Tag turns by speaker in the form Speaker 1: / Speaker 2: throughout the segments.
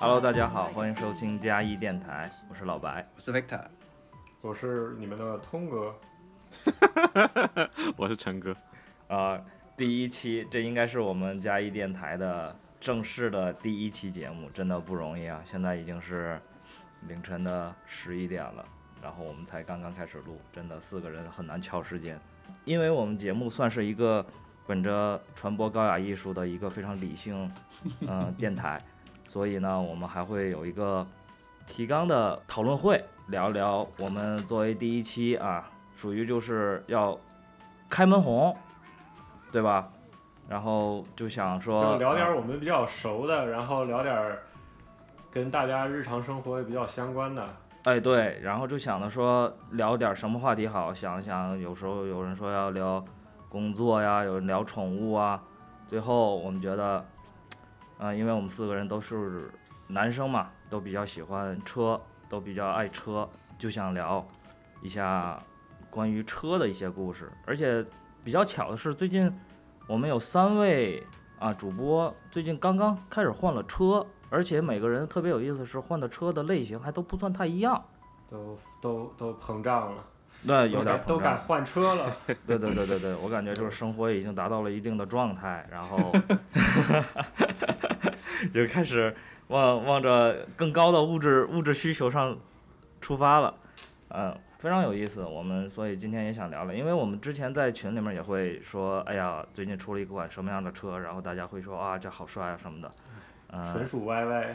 Speaker 1: Hello，大家好，欢迎收听嘉义电台，我是老白。
Speaker 2: 我是 Victor，
Speaker 3: 我是你们的通哥，
Speaker 4: 我是陈哥，
Speaker 1: 呃，第一期，这应该是我们嘉义电台的正式的第一期节目，真的不容易啊！现在已经是凌晨的十一点了，然后我们才刚刚开始录，真的四个人很难敲时间，因为我们节目算是一个本着传播高雅艺术的一个非常理性，呃，电台，所以呢，我们还会有一个提纲的讨论会，聊一聊我们作为第一期啊，属于就是要开门红，对吧？然后就想说
Speaker 3: 就聊点
Speaker 1: 啊
Speaker 3: 儿我们比较熟的，然后聊点儿跟大家日常生活也比较相关的。
Speaker 1: 哎，对，然后就想着说聊点什么话题好，想了想，有时候有人说要聊工作呀，有人聊宠物啊，最后我们觉得，嗯、因为我们四个人都是男生嘛，都比较喜欢车，都比较爱车，就想聊一下关于车的一些故事。而且比较巧的是，最近我们有三位啊主播最近刚刚开始换了车，而且每个人特别有意思是换的车的类型还都不算太一样。
Speaker 3: 都都都膨胀了，
Speaker 1: 那有
Speaker 3: 都
Speaker 1: 点
Speaker 3: 敢都
Speaker 1: 膨胀
Speaker 3: 敢。换车了，
Speaker 1: 对对对对对，我感觉就是生活已经达到了一定的状态，然 后就开始往望着更高的物质物质需求上出发了。嗯，非常有意思，我们所以今天也想聊聊，因为我们之前在群里面也会说，哎呀，最近出了一款什么样的车，然后大家会说啊，这好帅啊什么的。
Speaker 3: 纯
Speaker 1: 嗯，
Speaker 3: 属 YY。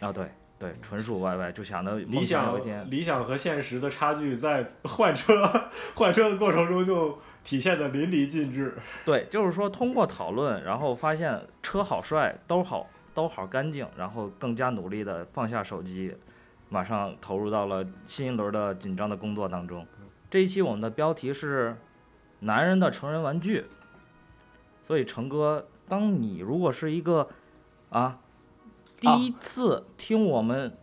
Speaker 1: 啊对对，纯属 YY，就想着梦
Speaker 3: 理
Speaker 1: 想有一
Speaker 3: 想
Speaker 1: 天，
Speaker 3: 理想和现实的差距在换车 换车的过程中就体现的淋漓尽致。
Speaker 1: 对，就是说通过讨论，然后发现车好帅，兜好兜好干净，然后更加努力的放下手机，马上投入到了新一轮的紧张的工作当中。这一期我们的标题是“男人的成人玩具”，所以成哥，当你如果是一个啊第一次听我们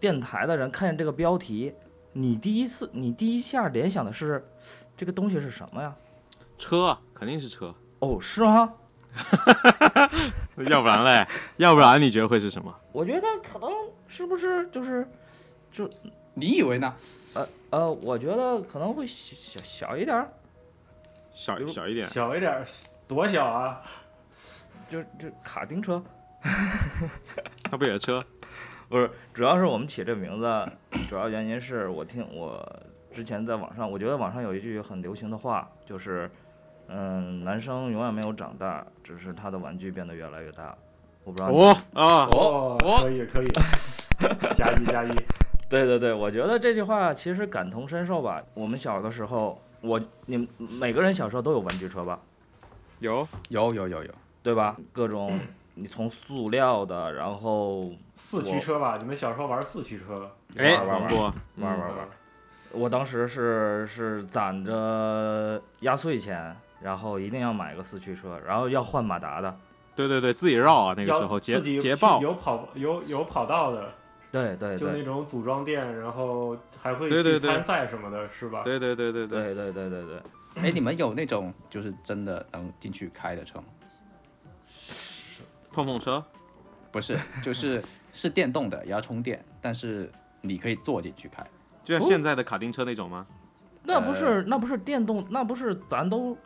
Speaker 1: 电台的人，看见这个标题，你第一次你第一下联想的是这个东西是什么呀？
Speaker 4: 车啊肯定是车，
Speaker 1: 哦，是吗？
Speaker 4: 要不然嘞，要不然你觉得会是什么？
Speaker 1: 我觉得可能是不是就是
Speaker 2: 你以为呢？
Speaker 1: 呃，我觉得可能会小小小一点儿，
Speaker 4: 小
Speaker 1: 比如
Speaker 4: 小一点，
Speaker 3: 小一点儿，多小啊！
Speaker 1: 就就卡丁车，
Speaker 4: 它不也是车？
Speaker 1: 不是，主要是我们起这名字，主要原因是我听我之前在网上，我觉得网上有一句很流行的话，就是，嗯，男生永远没有长大，只是他的玩具变得越来越大。我不知道你，
Speaker 4: 哦啊，
Speaker 2: 哦哦
Speaker 3: 可以 可以，加一加一，
Speaker 1: 对对对，我觉得这句话其实感同身受吧。我们小的时候，我你们每个人小时候都有玩具车吧？
Speaker 4: 有
Speaker 2: 有有有有，
Speaker 1: 对吧？各种你从塑料的，然后
Speaker 3: 四驱车吧？你们小时候玩四驱车吧？
Speaker 4: 哎，
Speaker 1: 玩玩
Speaker 4: 玩过，
Speaker 1: 玩玩玩。我当时是是攒着压岁钱，然后一定要买个四驱车，然后要换马达的。
Speaker 4: 对对对，自己绕啊，那个
Speaker 3: 要
Speaker 4: 时候捷
Speaker 3: 自己
Speaker 4: 捷
Speaker 3: 去
Speaker 4: 豹，
Speaker 3: 有跑有有跑道的，
Speaker 1: 对对
Speaker 3: 就
Speaker 1: 对
Speaker 3: 那种组装店，然后还会
Speaker 4: 对对
Speaker 3: 去
Speaker 4: 对
Speaker 3: 参赛什么的，是吧？
Speaker 4: 对对对对对，
Speaker 1: 对对对对对，
Speaker 2: 哎，你们有那种就是真的能进去开的车吗？
Speaker 4: 碰碰车，
Speaker 2: 不是，就是是电动的，也要充电，但是你可以坐进去开。
Speaker 4: 就像现在的卡丁车那种吗？
Speaker 1: 那不是那不是电动，那不是咱都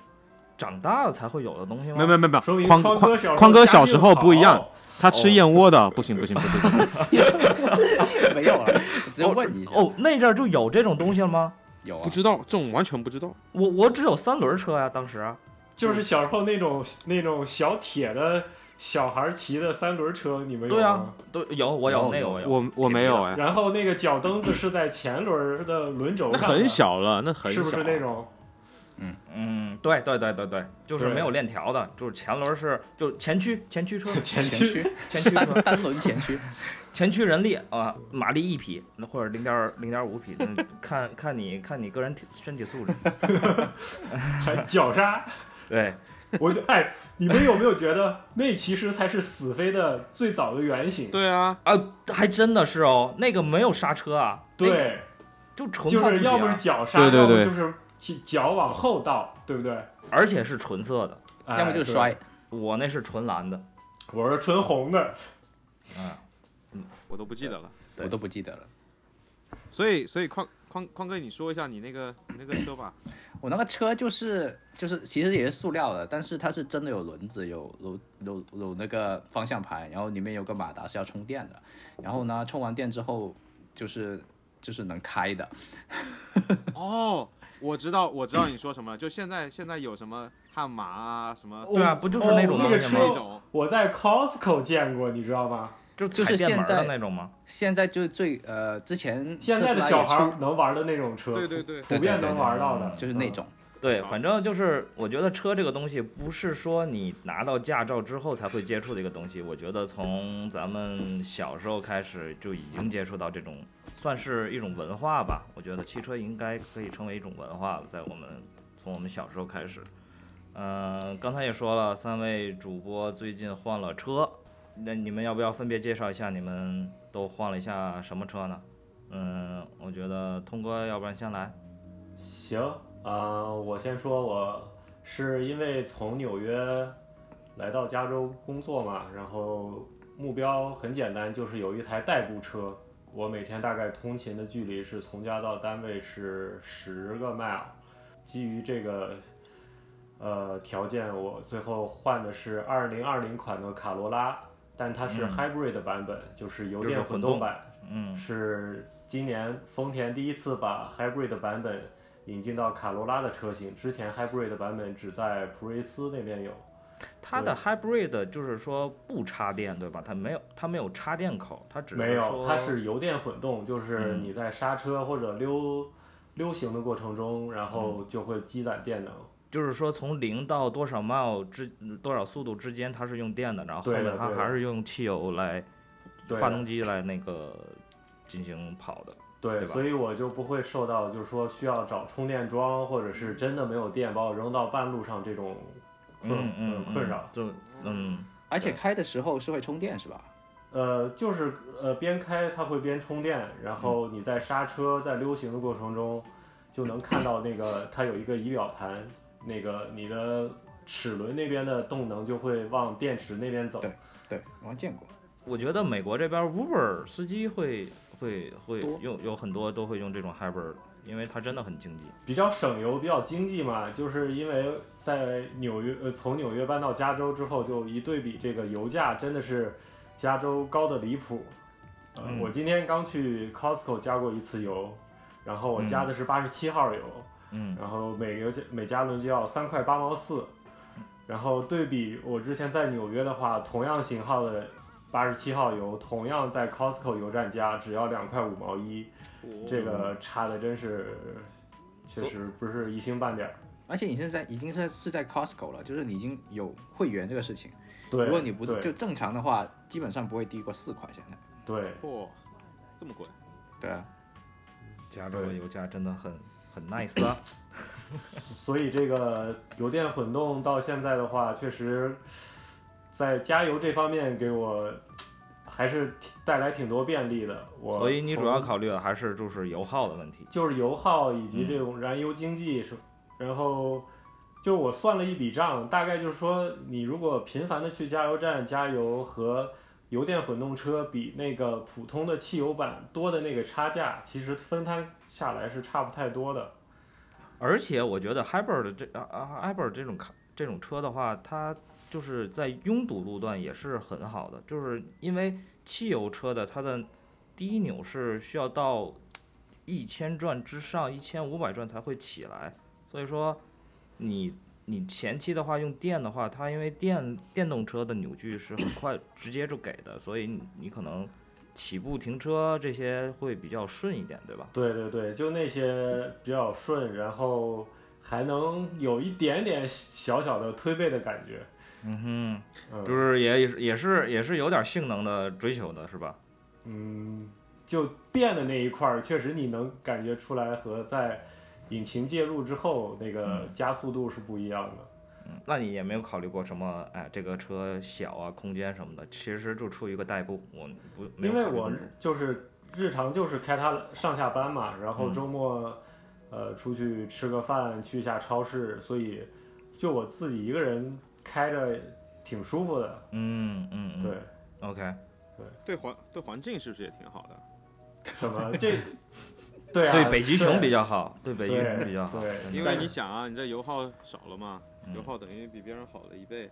Speaker 1: 长大了才会有的啊东西吗？
Speaker 4: 没有没有没有
Speaker 3: 说
Speaker 4: 没有，
Speaker 3: 明
Speaker 4: 宽
Speaker 3: 宽
Speaker 4: 宽
Speaker 3: 小
Speaker 4: 宽
Speaker 3: 哥
Speaker 4: 哥小时候不一样，，他吃
Speaker 1: 哦
Speaker 4: 燕窝的，不行不行不行不行，
Speaker 2: 没有了，我只是问你一下。
Speaker 1: 哦，那阵儿就有这种东西了吗？
Speaker 2: 有
Speaker 4: 不
Speaker 2: 啊，
Speaker 4: 知道这种完全不知道，
Speaker 1: 我我只有三轮车呀、当时
Speaker 3: 就是小时候那种那种小铁的小孩骑的三轮车，你们有
Speaker 1: 对啊
Speaker 3: 吗？，
Speaker 1: 都有我有
Speaker 2: 有
Speaker 1: 那个
Speaker 2: 有
Speaker 1: 我有，
Speaker 4: 我我没有哎，
Speaker 3: 然后那个脚蹬子是在前轮的轮轴
Speaker 4: 那
Speaker 3: 上的，
Speaker 4: 很小了，那很小，
Speaker 3: 是不是那？种？
Speaker 1: 嗯，对对对对对，就是
Speaker 3: 对
Speaker 1: 没有链条的，就是前轮是就前驱前驱车
Speaker 3: 前
Speaker 2: 前
Speaker 3: 驱
Speaker 2: 驱
Speaker 1: 前驱车
Speaker 2: 单单轮前驱，
Speaker 1: 前驱人力啊，马力一匹那或者零点零点五匹，嗯看看你看你个人体身体素质。
Speaker 3: 还绞杀，
Speaker 1: 对，
Speaker 3: 我就哎，你们有没有觉得那其实才是死飞的最早的原型？
Speaker 4: 对啊，
Speaker 1: 啊，还真的是哦，那个没有刹车啊，
Speaker 3: 对，
Speaker 1: 那个
Speaker 4: 哎
Speaker 1: 就纯
Speaker 3: 就
Speaker 1: 靠自
Speaker 3: 是
Speaker 1: 己、
Speaker 3: 要
Speaker 1: 啊，
Speaker 3: 不是绞杀，
Speaker 4: 对对对
Speaker 3: 要不就是骑脚往后倒，对不对？
Speaker 1: 而且是纯色的，
Speaker 3: 哎
Speaker 2: 要么就是
Speaker 3: 对
Speaker 2: 摔。
Speaker 1: 我那是纯蓝的，
Speaker 3: 我是纯红的，
Speaker 1: 嗯，
Speaker 4: 我都不记得了。
Speaker 2: 我都不记得了。
Speaker 4: 所以，所以匡匡匡哥，你说一下你那个你那个车吧。
Speaker 2: 我那个车就是就是其实也是塑料的，但是它是真的有轮子，有有有有那个方向盘，然后里面有个马达是要充电的，然后呢充完电之后就是就是能开的，
Speaker 4: 哦，我知道，我知道你说什么了。就现在现在有什么悍马啊，什么
Speaker 1: 对啊不就是那种
Speaker 3: 哦那个
Speaker 1: 东西
Speaker 4: 那
Speaker 1: 吗
Speaker 3: 车？
Speaker 4: 种，
Speaker 3: 我在 Costco 见过，你知道吗？
Speaker 1: 就
Speaker 2: 就
Speaker 1: 踩
Speaker 2: 是
Speaker 1: 电
Speaker 2: 现
Speaker 1: 门儿的
Speaker 2: 在
Speaker 1: 那种吗？
Speaker 2: 现在就是最呃之前
Speaker 3: 现在
Speaker 2: 特
Speaker 3: 的
Speaker 2: 斯拉
Speaker 3: 小
Speaker 2: 也出
Speaker 3: 孩儿能玩的那种车，
Speaker 4: 对对对
Speaker 3: 普遍能玩到的，
Speaker 2: 嗯就是那种。
Speaker 1: 对，反正就是我觉得车这个东西不是说你拿到驾照之后才会接触的一个东西，我觉得从咱们小时候开始就已经接触到这种，算是一种文化吧。我觉得汽车应该可以成为一种文化了，在我们从我们小时候开始。嗯、刚才也说了，三位主播最近换了车，那你们要不要分别介绍一下你们都换了一下什么车呢？嗯，我觉得通哥，要不然先来。
Speaker 3: 行，呃，我先说，我是因为从纽约来到加州工作嘛，然后目标很简单，就是有一台代步车。我每天大概通勤的距离是从家到单位是十个 mile。基于这个呃条件，我最后换的是二零二零款的卡罗拉，但它是
Speaker 1: 嗯
Speaker 3: hybrid 版本，就是油
Speaker 1: 就是
Speaker 3: 电
Speaker 1: 混
Speaker 3: 混动
Speaker 1: 动
Speaker 3: 版。
Speaker 1: 嗯
Speaker 3: 是今年丰田第一次把 Hybrid 版本引进到卡罗拉的车型，之前 Hybrid 版本只在普锐斯那边有。
Speaker 1: 它的 hybrid 就是说不插电，对吧？它没有，它没有插电口，它只是
Speaker 3: 没有，
Speaker 1: 说
Speaker 3: 它是油电混动，就是
Speaker 1: 嗯
Speaker 3: 你在刹车或者溜溜行的过程中，然后
Speaker 1: 嗯
Speaker 3: 就会积攒电能。
Speaker 1: 就是说从零到多少 mile 之多少速度之间，它是用电的，然后后
Speaker 3: 对的
Speaker 1: 面它
Speaker 3: 对的
Speaker 1: 还是用汽油来
Speaker 3: 对
Speaker 1: 发动机来那个进行跑的。
Speaker 3: 对，
Speaker 1: 对吧
Speaker 3: 所以我就不会受到就是说需要找充电桩，或者是真的没有电把我扔到半路上这种困、
Speaker 1: 嗯嗯，
Speaker 3: 呃困扰。
Speaker 1: 嗯就嗯，
Speaker 2: 而且开的时候是会充电是吧？
Speaker 3: 呃，就是呃，边开它会边充电，然后你在刹车、在溜行的过程中，就能看到那个它有一个仪表盘，那个你的齿轮那边的动能就会往电池那边走。
Speaker 2: 对，我见过。
Speaker 1: 我觉得美国这边 Uber 司机会会会
Speaker 2: 多
Speaker 1: 用有很多都会用这种 hybrid，因为它真的很经济。
Speaker 3: 比较省油，比较经济嘛，就是因为在纽约，呃，从纽约搬到加州之后，就一对比，这个油价真的是加州高的离谱。呃，
Speaker 1: 嗯
Speaker 3: 我今天刚去 Costco 加过一次油，然后我
Speaker 1: 嗯
Speaker 3: 加的是八十七号油，
Speaker 1: 嗯
Speaker 3: 然后每个每加仑就要三块八毛四，然后对比我之前在纽约的话，同样型号的八十七号油，同样在 Costco 油站加只要两块五毛一，
Speaker 4: 哦
Speaker 2: 哦
Speaker 3: 这个差的真是确实不是一星半点儿。
Speaker 2: 而且你现在已经是是在 Costco 了，就是你已经有会员这个事情。
Speaker 3: 对，
Speaker 2: 如果你不
Speaker 3: 对
Speaker 2: 就正常的话，基本上不会低过四块。现在，
Speaker 3: 对
Speaker 4: 嚯，这么贵？
Speaker 2: 对啊，
Speaker 1: 加州的油价真的很很 nice 啊。
Speaker 3: 所以这个油电混动到现在的话，确实在加油这方面给我还是挺带来挺多便利的。我
Speaker 1: 所以你主要
Speaker 3: 从
Speaker 1: 考虑的还是就是油耗的问题。
Speaker 3: 就是油耗以及这种燃油经济是，然后就我算了一笔账，大概就是说，你如果频繁的去加油站加油和油电混动车比那个普通的汽油版多的那个差价，其实分摊下来是差不太多的。
Speaker 1: 而且我觉得 Hybrid 的这啊啊 Hybrid 这种卡这种车的话，它就是在拥堵路段也是很好的，就是因为汽油车的它的低扭是需要到一千转之上，一千五百转才会起来，所以说你你前期的话用电的话，它因为电电动车的扭矩是很快直接就给的，所以你你可能起步停车这些会比较顺一点，对吧？
Speaker 3: 对对对，就那些比较顺，然后还能有一点点小小的推背的感觉。
Speaker 1: 嗯哼。
Speaker 3: 嗯，
Speaker 1: 就是也也是也是也是有点性能的追求的，是吧？
Speaker 3: 嗯，就电的那一块儿，确实你能感觉出来和在引擎介入之后那个加速度是不一样的。
Speaker 1: 嗯，那你也没有考虑过什么，哎，这个车小啊，空间什么的，其实就出于一个代步，我不没有
Speaker 3: 因为
Speaker 1: 考虑
Speaker 3: 我
Speaker 1: 过
Speaker 3: 就是日常就是开它上下班嘛，然后
Speaker 1: 嗯
Speaker 3: 周末、呃出去吃个饭，去一下超市，所以就我自己一个人开着挺舒服的。
Speaker 1: 嗯嗯嗯，
Speaker 3: 对，
Speaker 1: ，OK，
Speaker 4: 对环对环境是不是也挺好的？
Speaker 3: 什么 这？对啊，
Speaker 1: 对北极熊
Speaker 3: 对
Speaker 1: 比较好，对北极
Speaker 3: 对
Speaker 1: 熊比较好，
Speaker 3: 对
Speaker 1: 真的
Speaker 4: 因
Speaker 3: 在
Speaker 4: 为
Speaker 3: 嗯
Speaker 4: 你想啊，你这油耗少了嘛，油耗等于比别人好了一倍。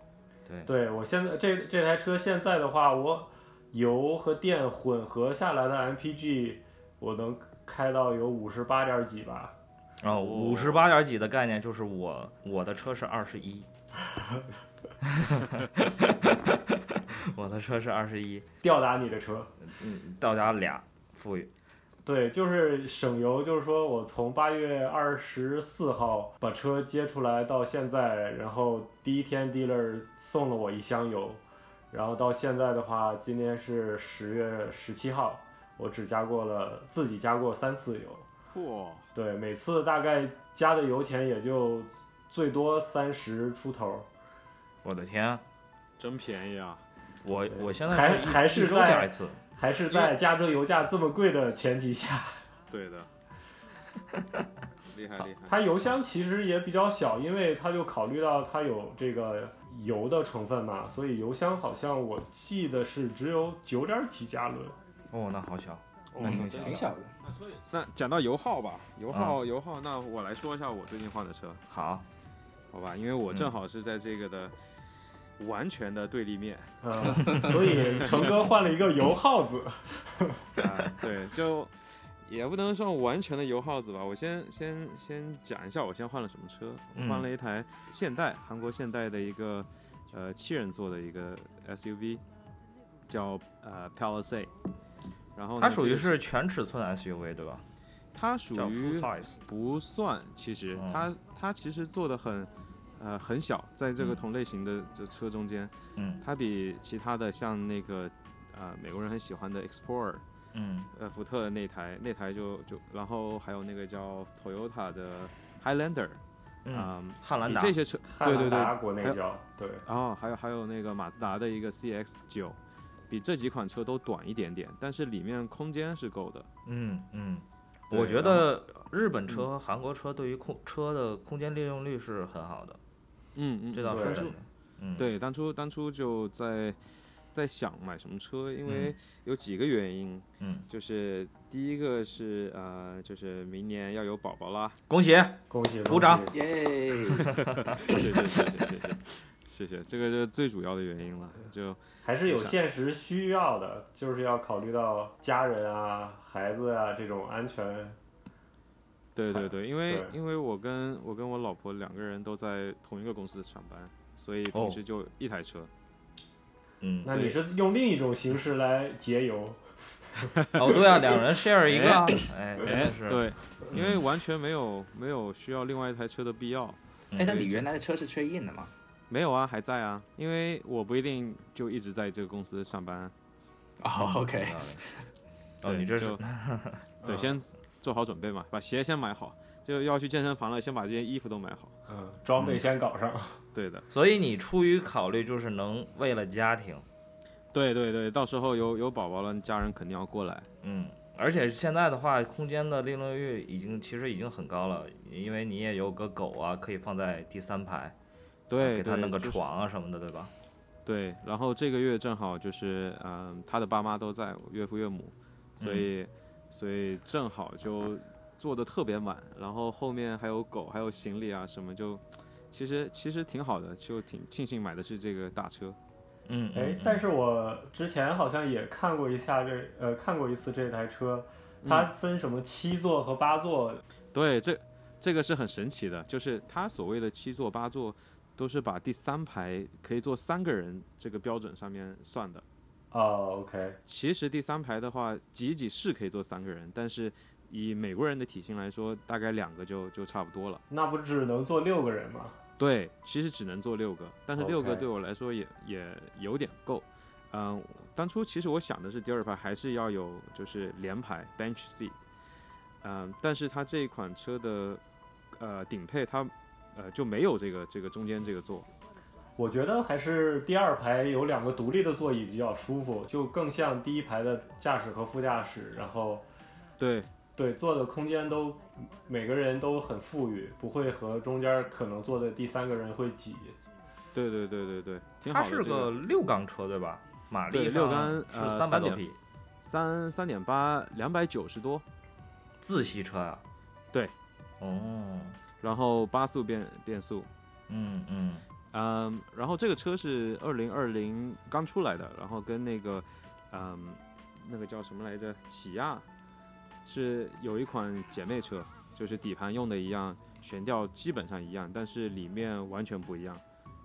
Speaker 1: 对
Speaker 3: 对我现在这这台车现在的话，我油和电混合下来的 MPG，我能开到有五十八点几吧？
Speaker 1: 然后五十八点几的概念就是我我的车是二十一，我的车是二十一，
Speaker 3: 吊打你的车。
Speaker 1: 嗯，到家俩富裕，
Speaker 3: 对，就是省油，就是说我从八月二十四号把车接出来到现在，然后第一天 dealer 送了我一箱油，然后到现在的话，今天是十月十七号，我只加过了自己加过三次油。
Speaker 4: 嚯，
Speaker 3: 对，每次大概加的油钱也就最多三十出头，
Speaker 1: 我的天，啊
Speaker 4: 真便宜啊！
Speaker 1: 我我现在
Speaker 3: 还
Speaker 1: 一
Speaker 3: 还是
Speaker 1: 一周
Speaker 3: 在
Speaker 1: 加一次，
Speaker 3: 还是在加州油价这么贵的前提下，
Speaker 4: 对 的，厉害厉害。
Speaker 3: 它油箱其实也比较小，因为它就考虑到它有这个油的成分嘛，所以油箱好像我记得是只有九点几加仑。
Speaker 1: 哦，那好巧，那
Speaker 2: 嗯，
Speaker 1: 挺小
Speaker 4: 哦真
Speaker 1: 的
Speaker 4: 的
Speaker 2: 挺小的。
Speaker 4: 那讲到油耗吧，油
Speaker 3: 嗯
Speaker 4: 耗、油耗，那我来说一下我最近换的车，
Speaker 1: 好，
Speaker 4: 好吧？因为我
Speaker 3: 嗯
Speaker 4: 正好是在这个的完全的对立面。
Speaker 3: 嗯，所以成哥换了一个油耗子，
Speaker 4: 啊，对，就也不能说完全的油耗子吧。我先先先讲一下，我先换了什么车。我换
Speaker 1: 嗯
Speaker 4: 了一台现代韩国现代的一个呃七人座的一个 SUV，叫呃 Palisade。然后呢
Speaker 1: 它属
Speaker 4: 这
Speaker 1: 于
Speaker 4: 个
Speaker 1: 是全尺寸 SUV 对吧？
Speaker 4: 它属
Speaker 1: 叫 full
Speaker 4: 于
Speaker 1: size，
Speaker 4: 不算，其实
Speaker 1: 嗯
Speaker 4: 它它其实做的很呃很小，在这个
Speaker 1: 嗯
Speaker 4: 同类型的这车中间，
Speaker 1: 嗯
Speaker 4: 它比其他的像那个呃美国人很喜欢的 Explorer。
Speaker 1: 嗯
Speaker 4: 呃，福特的那台，那台就就，然后还有那个叫 Toyota 的 Highlander，
Speaker 1: 嗯，
Speaker 4: 嗯，
Speaker 1: 汉兰
Speaker 4: 比
Speaker 1: 达，
Speaker 4: 这些车，
Speaker 3: 汉
Speaker 4: 对对对，
Speaker 3: 兰达
Speaker 4: 然
Speaker 3: 国内叫，对，
Speaker 4: 后还有还有那个马自达的一个 CX 9比这几款车都短一点点，但是里面空间是够的。
Speaker 1: 嗯嗯，
Speaker 4: 对
Speaker 1: 我觉
Speaker 4: 然
Speaker 1: 得日本车和韩国车对于空车的空间利用率是很好的，
Speaker 4: 嗯嗯，
Speaker 1: 这倒是
Speaker 3: 对
Speaker 1: 真的，嗯，
Speaker 4: 对，当初当初就在在想买什么车，因为
Speaker 1: 嗯
Speaker 4: 有几个原因，
Speaker 1: 嗯，
Speaker 4: 就是第一个是呃，就是明年要有宝宝啦，
Speaker 1: 恭喜，
Speaker 3: 恭喜
Speaker 1: 鼓掌
Speaker 3: 恭喜
Speaker 2: 耶！
Speaker 4: 谢谢谢谢谢谢谢谢，这个是最主要的原因了，就。
Speaker 3: 还是有现实需要的，就是要考虑到家人啊、孩子啊这种安全。
Speaker 4: 对
Speaker 3: 看
Speaker 4: 对对，因为
Speaker 3: 对
Speaker 4: 因为我跟我跟我老婆两个人都在同一个公司上班，所以
Speaker 1: 哦
Speaker 4: 平时就一台车。
Speaker 1: 嗯，
Speaker 3: 那你是用另一种形式来节油，
Speaker 1: 哦对啊，两人 share 一个啊，哎，真的是，
Speaker 4: 对，因为完全没有没有需要另外一台车的必要。
Speaker 1: 嗯
Speaker 2: 哎，那你原来的车是缺印的吗？
Speaker 4: 没有啊，还在啊，因为我不一定就一直在这个公司上班。嗯
Speaker 2: 哦
Speaker 1: 有
Speaker 2: ，OK，
Speaker 1: 道理哦，你这
Speaker 4: 对
Speaker 1: 是
Speaker 4: 就对，
Speaker 3: 嗯
Speaker 4: 先做好准备嘛，把鞋先买好，就要去健身房了，先把这些衣服都买好。
Speaker 3: 嗯，装备先搞上。
Speaker 4: 对的，
Speaker 1: 所以你出于考虑就是能为了家庭，
Speaker 4: 对对对，到时候有有宝宝了，家人肯定要过来。
Speaker 1: 嗯，而且现在的话，空间的利用率已经其实已经很高了，因为你也有个狗啊，可以放在第三排，
Speaker 4: 对，
Speaker 1: 给它
Speaker 4: 对
Speaker 1: 弄个
Speaker 4: 就是
Speaker 1: 床啊什么的，对吧？
Speaker 4: 对，然后这个月正好就是，嗯、他的爸妈都在，我岳父岳母，所以、所以正好就做的特别满，然后后面还有狗，还有行李啊什么就，其实其实挺好的，就挺庆幸买的是这个大车。
Speaker 1: 嗯，嗯
Speaker 3: 哎
Speaker 1: 嗯，
Speaker 3: 但是我之前好像也看过一下这呃看过一次这台车，它分什么七座和八座，
Speaker 4: 对，这这个是很神奇的，就是他所谓的七座八座，都是把第三排可以坐三个人这个标准上面算的。
Speaker 3: 哦，OK，
Speaker 4: 其实第三排的话，挤一挤是可以坐三个人，但是以美国人的体型来说，大概两个就就差不多了。
Speaker 3: 那不只能坐六个人吗？
Speaker 4: 对，其实只能坐六个，但是六个
Speaker 3: OK
Speaker 4: 对我来说也也有点够。嗯，当初其实我想的是第二排还是要有就是连排 bench seat，嗯，但是它这一款车的呃顶配它呃就没有这个这个中间这个座，
Speaker 3: 我觉得还是第二排有两个独立的座椅比较舒服，就更像第一排的驾驶和副驾驶，然后
Speaker 4: 对
Speaker 3: 对坐的空间都每个人都很富裕，不会和中间可能坐的第三个人会挤。
Speaker 4: 对对对对对，挺好
Speaker 1: 它
Speaker 4: 的、这
Speaker 1: 是个六缸车对吧？马力
Speaker 4: 对
Speaker 1: 上
Speaker 4: 六缸
Speaker 1: 是
Speaker 4: 呃
Speaker 1: 三百多
Speaker 4: 3.8
Speaker 1: 匹，
Speaker 4: 三三点八，两百九十多，
Speaker 1: 自吸车啊？
Speaker 4: 对。
Speaker 1: 哦，
Speaker 4: 然后八速变变速，
Speaker 1: 嗯嗯
Speaker 4: 嗯，然后这个车是二零二零刚出来的，然后跟那个，嗯，那个叫什么来着？起亚是有一款姐妹车，就是底盘用的一样，悬吊基本上一样，但是里面完全不一样。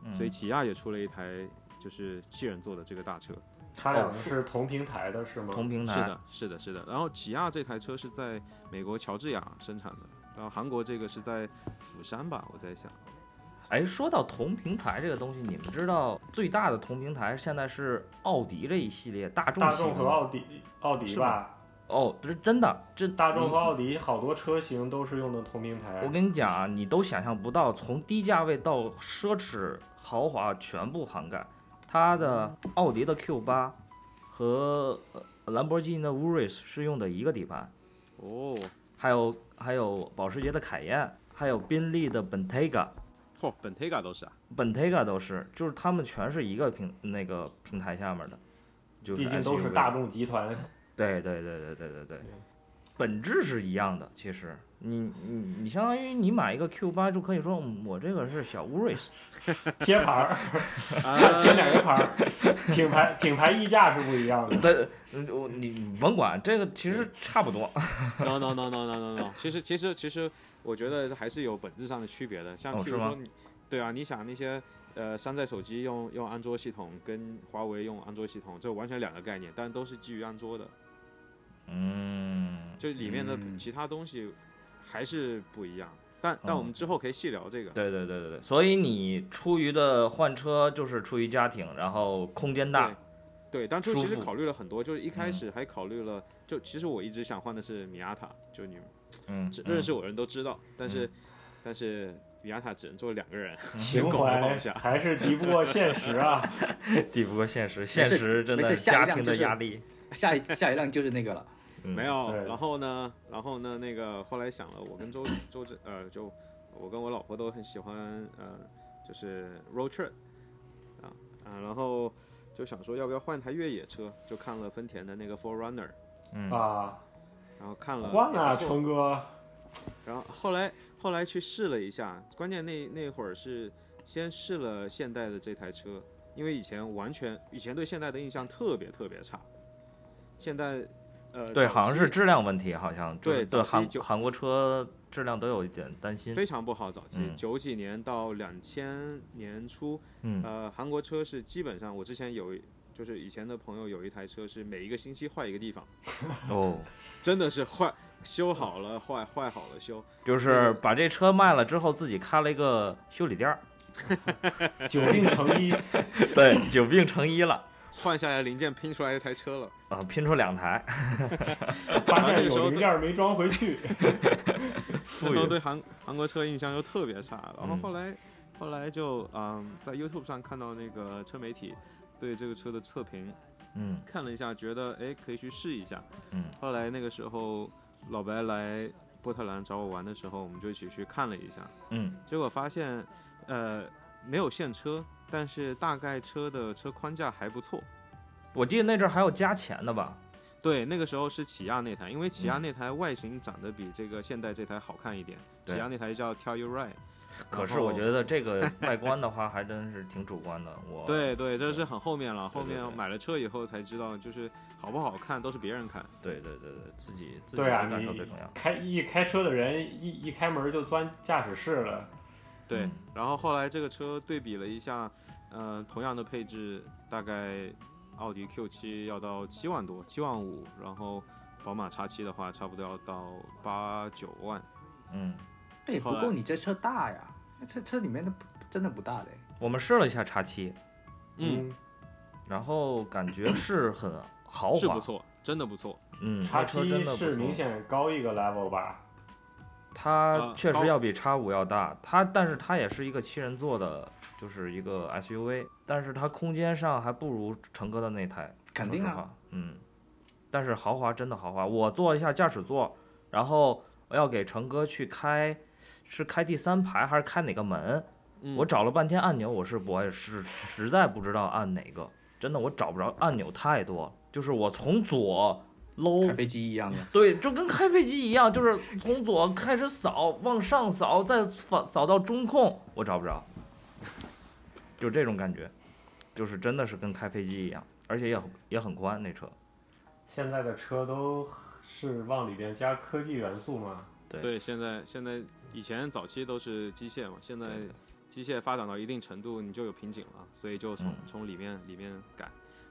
Speaker 1: 嗯，
Speaker 4: 所以起亚也出了一台就是七人座的这个大车。
Speaker 3: 它两个是同平台的是吗？
Speaker 1: 哦同平台
Speaker 4: 是的，是的，是的。然后起亚这台车是在美国乔治亚生产的，然后韩国这个是在釜山吧，我在想。
Speaker 1: 哎，说到同平台这个东西，你们知道最大的同平台现在是奥迪这一系列，大众
Speaker 3: 大
Speaker 1: 系
Speaker 3: 众
Speaker 1: 的
Speaker 3: 和
Speaker 1: 吗
Speaker 3: 奥迪，奥迪
Speaker 1: 是
Speaker 3: 吧，
Speaker 1: 哦，这是真的，这
Speaker 3: 大众
Speaker 1: 你
Speaker 3: 和奥迪好多车型都是用的同平
Speaker 1: 我
Speaker 3: 台。
Speaker 1: 跟你讲啊，你都想象不到，从低价位到奢侈豪华全部涵盖。它的奥迪的 Q 八和呃兰博基尼的 Urus 是用的一个底盘，
Speaker 4: 哦，
Speaker 1: 还有还有保时捷的凯宴，还有宾利的 Bentayga，
Speaker 4: 嚯、本 Tega 都是啊。
Speaker 1: Bentayga 都是，就是他们全是一个平那个平台下面的，就是
Speaker 3: 毕竟都是大
Speaker 1: SUV
Speaker 3: 众集团，
Speaker 1: 对对对对对对对，
Speaker 2: 嗯
Speaker 1: 本质是一样的。其实你你你相当于你买一个 Q 八就可以说，嗯我这个是小 Urus，
Speaker 3: 贴牌儿，
Speaker 4: 啊
Speaker 3: 贴两个牌儿，品牌品牌溢价是不一样的。
Speaker 1: 但嗯我你你甭管这个，其实差不多。
Speaker 4: no no no no no no no，其实其实其实我觉得还是有本质上的区别的，像
Speaker 1: 哦
Speaker 4: 譬
Speaker 1: 是
Speaker 4: 如
Speaker 1: 吗
Speaker 4: 说你，对啊，你想那些呃山寨手机用用安卓系统跟华为用安卓系统，这完全两个概念，但都是基于安卓的，
Speaker 1: 嗯，
Speaker 4: 就里面的
Speaker 2: 嗯
Speaker 4: 其他东西还是不一样。但但我们之后可以细聊这个。
Speaker 1: 哦对对对对对，所以你出于的换车就是出于家庭，然后空间大
Speaker 4: 对，对，当初
Speaker 1: 舒
Speaker 4: 其实
Speaker 1: 服
Speaker 4: 考虑了很多，就是一开
Speaker 1: 嗯
Speaker 4: 始还考虑了，就其实我一直想换的是米亚塔，就你们
Speaker 1: 嗯，
Speaker 4: 知
Speaker 1: 嗯
Speaker 4: 认识我的人都知道，但是但是米亚塔只能坐两个人，
Speaker 1: 嗯
Speaker 3: 情
Speaker 4: 够
Speaker 3: 怀
Speaker 4: 放下
Speaker 3: 还是敌不过现实啊！
Speaker 1: 抵不过现实，现
Speaker 2: 事
Speaker 1: 实真
Speaker 2: 没
Speaker 1: 的
Speaker 2: 事下
Speaker 1: 家
Speaker 2: 一辆
Speaker 1: 庭
Speaker 2: 就
Speaker 1: 的
Speaker 2: 是
Speaker 1: 压力。
Speaker 2: 下一下一辆就是那个了。
Speaker 1: 嗯
Speaker 4: 没有
Speaker 3: 对，
Speaker 4: 然后呢，然后呢，那个后来想了，我跟周 周震，呃，就我跟我老婆都很喜欢，呃，就是 road trip，啊啊，然后就想说要不要换一台越野车，就看了丰田的那个 Forerunner，
Speaker 1: 嗯
Speaker 3: 啊，
Speaker 4: 然后看了
Speaker 3: 换啊，
Speaker 4: 也不错
Speaker 3: 春哥，
Speaker 4: 然后后来后来去试了一下，关键那那会儿是先试了现代的这台车，因为以前完全以前对现代的印象特别特别差，现代呃
Speaker 1: 对，
Speaker 4: 早
Speaker 1: 好像是
Speaker 4: 期
Speaker 1: 质量问题，好像就是
Speaker 4: 对
Speaker 1: 对
Speaker 4: 早期
Speaker 1: 韩
Speaker 4: 就
Speaker 1: 韩国车质量都有一点担心。
Speaker 4: 非常不好，早期
Speaker 1: 嗯
Speaker 4: 九几年到两千年初，
Speaker 1: 嗯
Speaker 2: 啊
Speaker 4: 呃，韩国车是基本上我之前有一，就是以前的朋友有一台车是每一个星期换一个地方，
Speaker 1: 哦，
Speaker 4: 真的是坏修好了坏，坏好了修，
Speaker 1: 就是把这车卖了之后，自己开了一个修理店儿，
Speaker 3: 久病成医，
Speaker 1: 对， 久病成医了
Speaker 4: 换下来零件拼出来一台车了。
Speaker 1: 啊，拼出两台。
Speaker 3: 发现有零件没装回去。
Speaker 4: 那时
Speaker 1: 富
Speaker 4: 候
Speaker 1: 裕
Speaker 4: 对韩韩国车印象就特别差，然后
Speaker 1: 嗯
Speaker 4: 后来、后来就嗯，在 YouTube 上看到那个车媒体对这个车的测评，
Speaker 1: 嗯
Speaker 4: 看了一下，觉得哎可以去试一下。
Speaker 1: 嗯，
Speaker 4: 后来那个时候老白来波特兰找我玩的时候，我们就一起去看了一下，
Speaker 1: 嗯
Speaker 4: 结果发现呃没有现车，但是大概车的车宽架还不错。
Speaker 1: 我记得那阵儿还有加钱的吧？
Speaker 4: 对，那个时候是起亚那台，因为起亚
Speaker 1: 嗯
Speaker 4: 那台外形长得比这个现代这台好看一点。
Speaker 1: 对
Speaker 4: 起亚那台叫 Telluride，
Speaker 1: 可是
Speaker 4: 然后
Speaker 1: 我觉得这个外观的话，还真是挺主观 的。我
Speaker 4: 对对，这
Speaker 1: 对
Speaker 4: 是很后面了。
Speaker 1: 对
Speaker 4: 后面
Speaker 1: 对
Speaker 4: 买了车以后才知道，就是好不好看都是别人看。
Speaker 1: 对对对对，自己自己
Speaker 3: 对啊，
Speaker 1: 的感受
Speaker 3: 你
Speaker 1: 最重要。
Speaker 3: 开一开车的人一一开门就钻驾驶室了，
Speaker 4: 对
Speaker 1: 嗯，
Speaker 4: 然后后来这个车对比了一下，呃，同样的配置，大概奥迪 Q 7要到七万多，七万五，然后宝马 X 7的话，差不多要到八九万。
Speaker 1: 嗯，
Speaker 2: 哎，不
Speaker 4: 后来
Speaker 2: 够你这车大呀，这车里面的不真的不大嘞。
Speaker 1: 我们试了一下叉七，
Speaker 4: 嗯，
Speaker 3: 嗯，
Speaker 1: 然后感觉是很豪华，
Speaker 4: 嗯是不错，真的不错。
Speaker 1: 嗯，
Speaker 3: 叉
Speaker 1: 那车真
Speaker 3: 七
Speaker 1: 的不错
Speaker 3: 是明显高一个 level 吧？
Speaker 1: 它
Speaker 4: 啊
Speaker 1: 确
Speaker 4: 高
Speaker 1: 实要比叉五要大，它但是它也是一个七人座的，就是一个 SUV，但是它空间上还不如成哥的那台，
Speaker 2: 肯定
Speaker 1: 说
Speaker 2: 啊
Speaker 1: 实话，嗯，但是豪华真的豪华。我坐一下驾驶座，然后我要给成哥去开，是开第三排还是开哪个门？
Speaker 4: 嗯，
Speaker 1: 我找了半天按钮，我是我也是实在不知道按哪个，真的我找不着按钮太多了，就是我从左搂
Speaker 2: 开飞机一样的。
Speaker 1: 对，就跟开飞机一样，就是从左开始扫，往上扫，再扫扫到中控，我找不着，就这种感觉，就是真的是跟开飞机一样，而且也很也很宽那车，
Speaker 3: 现在的车都是往里边加科技元素嘛，
Speaker 1: 对
Speaker 4: 对，现在现在以前早期都是机械嘛，现在
Speaker 1: 对的
Speaker 4: 机械发展到一定程度，你就有瓶颈了，所以就从、
Speaker 1: 嗯
Speaker 4: 从里面里面改。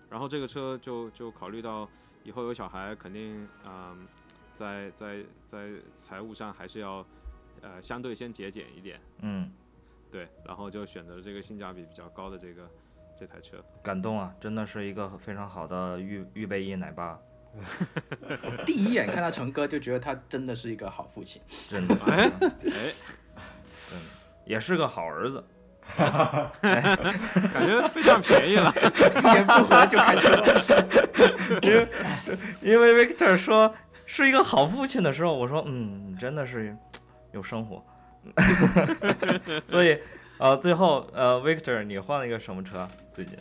Speaker 4: 然后这个车就就考虑到以后有小孩，肯定嗯、在在在财务上还是要呃相对先节俭一点，
Speaker 1: 嗯，
Speaker 4: 对，然后就选择了这个性价比比较高的这个这台车。
Speaker 1: 感动啊，真的是一个非常好的预预备役奶爸，
Speaker 2: 第一眼看到成哥就觉得他真的是一个好父亲，
Speaker 1: 真的
Speaker 4: 哎哎，
Speaker 1: 也是个好儿子，
Speaker 4: 感觉被占便宜 了。
Speaker 2: 一言不合就开车。
Speaker 1: 因为 Victor 说是一个好父亲的时候，我说嗯，真的是有生活， 所以呃，最后呃，Victor 你换了一个什么车？最近，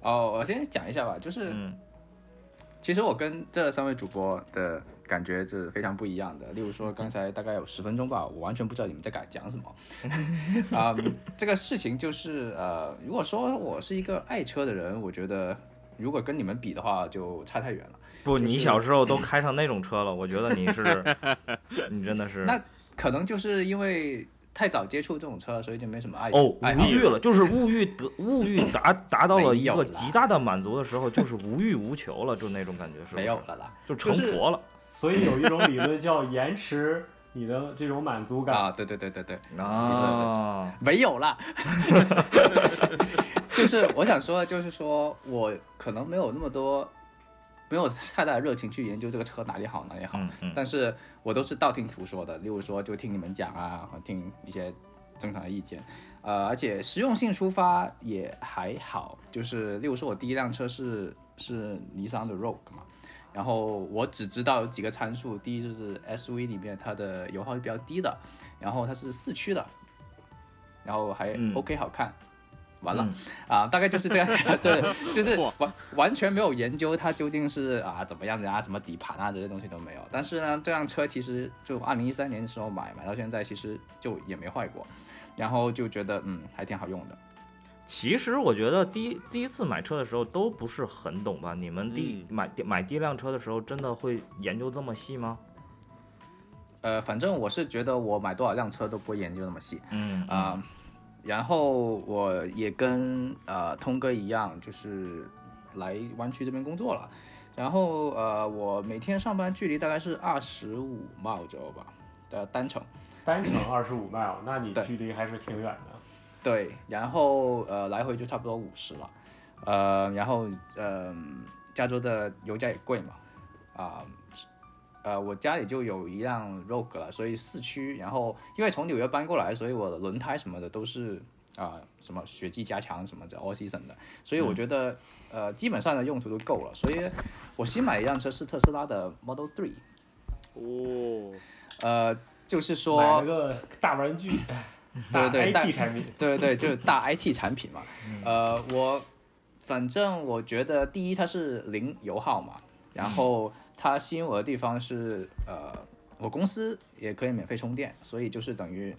Speaker 2: 哦，我先讲一下吧，就是
Speaker 1: 嗯
Speaker 2: 其实我跟这三位主播的感觉是非常不一样的。例如说，刚才大概有十分钟吧，我完全不知道你们在讲讲什么。 啊、这个事情就是呃，如果说我是一个爱车的人，我觉得如果跟你们比的话，就差太远了。
Speaker 1: 不，
Speaker 2: 就是
Speaker 1: 你小时候都开上那种车了，我觉得你是， 你真的是
Speaker 2: 那可能就是因为太早接触这种车，所以就没什么爱
Speaker 1: 哦，
Speaker 2: 爱哎好
Speaker 1: 无欲了，就是物欲得物欲达达到了一
Speaker 2: 没有
Speaker 1: 个
Speaker 2: 啦
Speaker 1: 极大的满足的时候，就是无欲无求了，就那种感觉，是不是
Speaker 2: 没有，了啦。
Speaker 1: 就成
Speaker 2: 就是
Speaker 1: 佛了。
Speaker 3: 所以有一种理论叫延迟你的这种满足感。
Speaker 2: 啊，对对对对对，
Speaker 1: 啊，
Speaker 2: 没有啦， 就是我想说，就是说我可能没有那么多，没有太大的热情去研究这个车哪里好哪里好，
Speaker 1: 嗯嗯，
Speaker 2: 但是我都是道听途说的，例如说就听你们讲啊，听一些正常的意见，呃，而且实用性出发也还好，就是例如说我第一辆车是是尼桑的 Rogue 嘛。然后我只知道有几个参数，第一就是 SUV 里面它的油耗是比较低的，然后它是四驱的，然后还
Speaker 1: 嗯
Speaker 2: OK 好看。完了、
Speaker 1: 嗯
Speaker 2: 啊，大概 就是这样， 对，就是
Speaker 4: 哇
Speaker 2: 完完全没有研究它究竟是啊怎么样的啊，什么底盘啊这些东西都没有。但是呢，这辆车其实就二零一三年的时候买，买到现在其实就也没坏过，然后就觉得嗯还挺好用的。
Speaker 1: 其实我觉得第一第一次买车的时候都不是很懂吧？你们第、
Speaker 2: 嗯
Speaker 1: 买买第一辆车的时候，真的会研究这么细吗？
Speaker 2: 呃，反正我是觉得我买多少辆车都不会研究那么细，
Speaker 1: 嗯
Speaker 2: 啊、然后我也跟呃通哥一样，就是来湾区这边工作了。然后呃，我每天上班距离大概是二十五 mile 左右吧，的单程。
Speaker 3: 单程二十五 mile，那你
Speaker 2: 对
Speaker 3: 距离还是挺远的。
Speaker 2: 对，然后呃来回就差不多五十了，呃，然后呃，加州的油价也贵嘛，啊、呃，我家里就有一辆 Rogue 了，所以四驱，然后因为从纽约搬过来，所以我的轮胎什么的都是啊、什么雪季加强什么的 all season 的，所以我觉
Speaker 3: 嗯
Speaker 2: 得、呃基本上的用途都够了，所以我新买一辆车是特斯拉的 Model Three，
Speaker 4: 哦，
Speaker 2: 呃，就是
Speaker 3: 买
Speaker 2: 说
Speaker 3: 了个大玩具，
Speaker 2: 对对
Speaker 3: 大
Speaker 2: 但
Speaker 3: IT 产品。
Speaker 2: 对对，就是 大 IT 产品嘛。
Speaker 1: 嗯
Speaker 2: 呃，我反正我觉得第一它是零油耗嘛，
Speaker 1: 嗯
Speaker 2: 然后它吸引我的地方是呃，我公司也可以免费充电，所以就是等于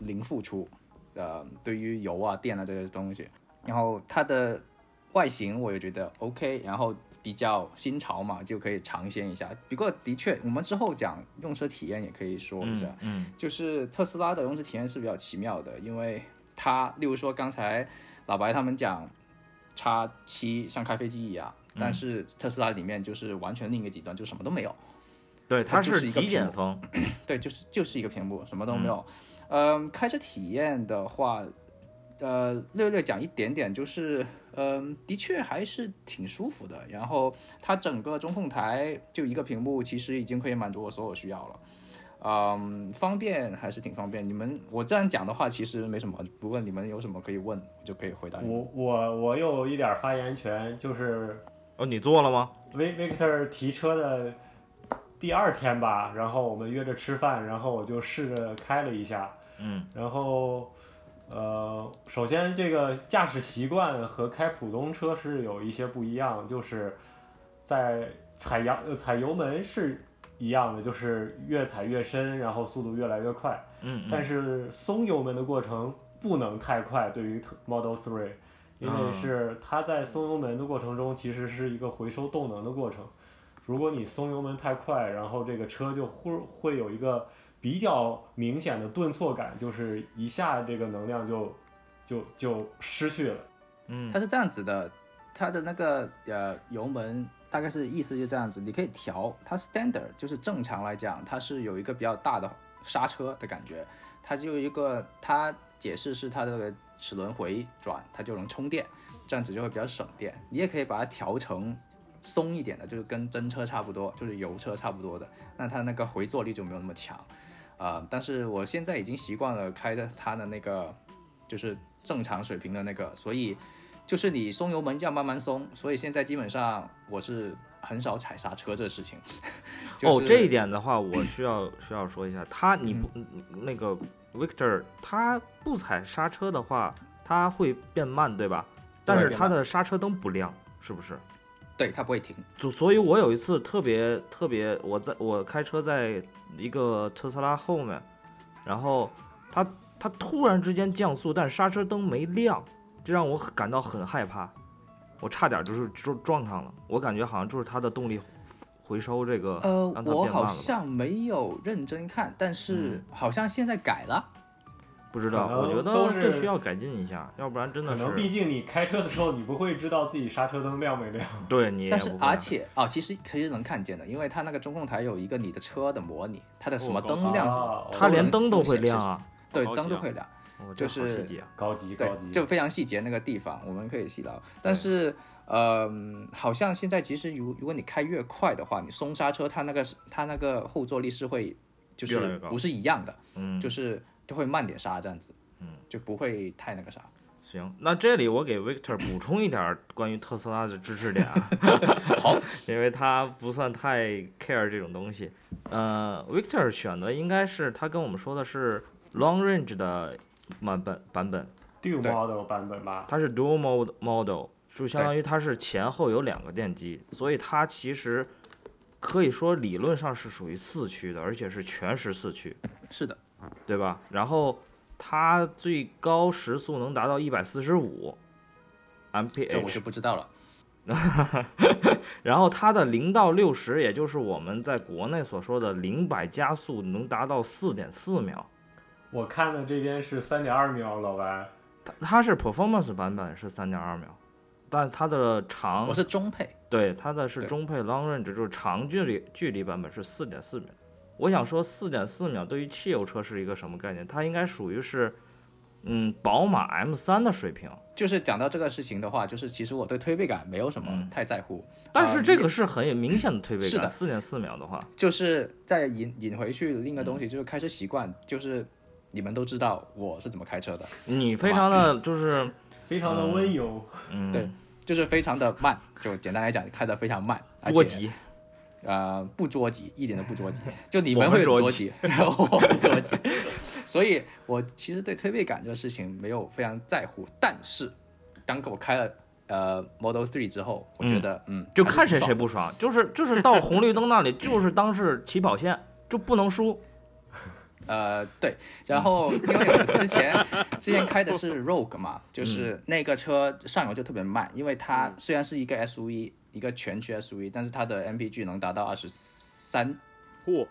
Speaker 2: 零付出。呃，对于油啊、电啊这些东西，然后它的外形我也觉得 OK，然后比较新潮嘛，就可以尝鲜一下。不过的确，我们之后讲用车体验也可以说一下。
Speaker 1: 嗯
Speaker 2: 就是特斯拉的用车体验是比较奇妙的，因为它，例如说刚才老白他们讲，叉七像开飞机一样，但是特斯拉里面就是完全另一个极端，就什么都没有。
Speaker 1: 对，
Speaker 2: 它
Speaker 1: 它
Speaker 2: 就是
Speaker 1: 是
Speaker 2: 一个
Speaker 1: 极简风，
Speaker 2: 对，就是就是一个屏幕，什么都没有。嗯，开车体验的话，呃，略略讲一点点，就是嗯、的确还是挺舒服的。然后它整个中控台就一个屏幕，其实已经可以满足我所有需要了。嗯，方便还是挺方便。你们我这样讲的话，其实没什么。不问你们有什么可以问，我就可以回答你们。
Speaker 3: 我我我有一点发言权，就是
Speaker 1: 哦，你做了吗？
Speaker 3: Vic- Victor 提车的第二天吧，然后我们约着吃饭，然后我就试着开了一下，
Speaker 1: 嗯，
Speaker 3: 然后呃，首先这个驾驶习惯和开普通车是有一些不一样，就是在踩油呃踩油门是一样的，就是越踩越深，然后速度越来越快。
Speaker 1: 嗯
Speaker 3: 但是松油门的过程不能太快，对于特 Model Three，因为
Speaker 1: 嗯
Speaker 3: 是它在松油门的过程中其实是一个回收动能的过程。如果你松油门太快，然后这个车就会会有一个比较明显的顿挫感，就是一下这个能量就就就失去了。
Speaker 1: 嗯
Speaker 2: 它是这样子的，它的那个呃油门大概是意思就这样子，你可以调它 standard 就是正常来讲，它是有一个比较大的刹车的感觉，它就有一个它解释是它这个齿轮回转，它就能充电，这样子就会比较省电。你也可以把它调成。松一点的，就是跟真车差不多，就是油车差不多的，那它那个回坐力就没有那么强，啊、但是我现在已经习惯了开的它的那个，就是正常水平的那个，所以就是你松油门就要慢慢松，所以现在基本上我是很少踩刹车这事情。 就是、嗯
Speaker 1: 哦，这一点的话，我需要需要说一下，他你不、那个 Victor，他不踩刹车的话，他会变慢，对吧？但是
Speaker 2: 变
Speaker 1: 他
Speaker 2: 慢
Speaker 1: 的刹车灯不亮，是不是？
Speaker 2: 对它不会停，
Speaker 1: 就所以，我有一次特别特别，我在我开车在一个特斯拉后面，然后它它突然之间降速，但刹车灯没亮，这让我很感到很害怕，我差点就是就撞上了，我感觉好像就是它的动力回收这个
Speaker 2: 呃
Speaker 1: 让，它
Speaker 2: 我
Speaker 1: 变慢
Speaker 2: 好
Speaker 1: 了吧，
Speaker 2: 像没有认真看，但是
Speaker 1: 嗯
Speaker 2: 好像现在改了。
Speaker 1: 不知道，
Speaker 3: 可能
Speaker 1: 我觉
Speaker 3: 都
Speaker 1: 得
Speaker 3: 是
Speaker 1: 这需要改进一下，要不然真
Speaker 3: 可
Speaker 1: 的
Speaker 3: 能
Speaker 1: 是
Speaker 3: 毕竟你开车的时候，你不会知道自己刹车灯亮没亮。
Speaker 1: 对你也
Speaker 2: 但是
Speaker 1: 不会
Speaker 2: 而且啊、其实其实能看见的，因为它那个中控台有一个你的车的模拟，它的什么
Speaker 4: 哦高
Speaker 2: 灯亮，
Speaker 3: 啊
Speaker 1: 它连灯都会
Speaker 2: 显示
Speaker 1: 亮啊，
Speaker 2: 对
Speaker 4: 高级
Speaker 2: 灯都
Speaker 4: 啊
Speaker 2: 会亮。
Speaker 1: 哦
Speaker 2: 就
Speaker 1: 这好细
Speaker 2: 是
Speaker 1: 节啊，
Speaker 3: 高级
Speaker 2: 对
Speaker 3: 高，级，
Speaker 2: 就非常细节那个地方，我们可以细聊。但是，呃，好像现在其实如如果你开越快的话，你松刹车，它那个它那个后坐力是会就
Speaker 1: 越来越
Speaker 2: 是
Speaker 1: 高
Speaker 2: 不是一样的，
Speaker 1: 嗯，
Speaker 2: 就是就会慢点刹这样子，
Speaker 1: 嗯，
Speaker 2: 就不会太那个啥。
Speaker 1: 行，那这里我给 Victor 补充一点儿关于特斯拉的知识点啊，
Speaker 2: 好，
Speaker 1: 因为他不算太 care 这种东西。呃，Victor 选的应该是他跟我们说的是 long range 的版本版本，
Speaker 3: Dual
Speaker 2: 对
Speaker 3: Model 版本吧。
Speaker 1: 它是 dual mode model，就相当于它是前后有两个电机，所以它其实可以说理论上是属于四驱的，而且是全时四驱。
Speaker 2: 是的，
Speaker 1: 对吧？然后它最高时速能达到一百四十五
Speaker 2: 这我就
Speaker 1: mph，
Speaker 2: 不知道了。
Speaker 1: 然后它的零到六十，也就是我们在国内所说的零百加速，能达到四点四秒。
Speaker 3: 我看的这边是三点二秒，老白。
Speaker 1: 它它是 performance 版本是三点二秒，但它的长
Speaker 2: 我是中配，
Speaker 1: 对，它的是
Speaker 2: 对
Speaker 1: 中配 long range，就是长距离距离版本是四点四秒。我想说，四点四秒对于汽油车是一个什么概念？它应该属于是，嗯，宝马 M 三的水平。
Speaker 2: 就是讲到这个事情的话，就是其实我对推背感没有什么
Speaker 1: 嗯
Speaker 2: 太在乎，
Speaker 1: 但
Speaker 2: 啊
Speaker 1: 是这个是很有明显的推背
Speaker 2: 是的
Speaker 1: 感，四点四秒的话，
Speaker 2: 就是再引引回去另一个东
Speaker 1: 嗯
Speaker 2: 西，就是开车习惯，就是你们都知道我是怎么开车的，
Speaker 1: 你非常 的就是，
Speaker 3: 非常的温柔，
Speaker 1: 嗯，
Speaker 2: 对，就是非常的慢，就简单来讲，开得非常慢，而
Speaker 1: 多
Speaker 2: 且
Speaker 1: 急，
Speaker 2: 呃不捉急，一点都不 捉急，就你
Speaker 1: 我
Speaker 2: 们
Speaker 1: 们
Speaker 2: 会很
Speaker 1: 捉
Speaker 2: 捉急， 我不捉急， 所以我其实对推背感这个事情没有非常在乎，但是当我开了呃 Model Three 之后，我觉得嗯
Speaker 1: 就
Speaker 2: 还是
Speaker 1: 看谁
Speaker 2: 不
Speaker 1: 谁
Speaker 2: 爽
Speaker 1: 不爽，就是就是到红绿灯那里，就是当是起跑线，就不能输。
Speaker 2: 呃，对，然
Speaker 1: 嗯
Speaker 2: 后因为我之前 之前开的是 Rogue 嘛，就是
Speaker 1: 嗯
Speaker 2: 那个车上油就特别慢，因为它虽然是一个 SUV，一个全驱 SUV，但是它的 MPG 能达到二十三，
Speaker 4: 嚯，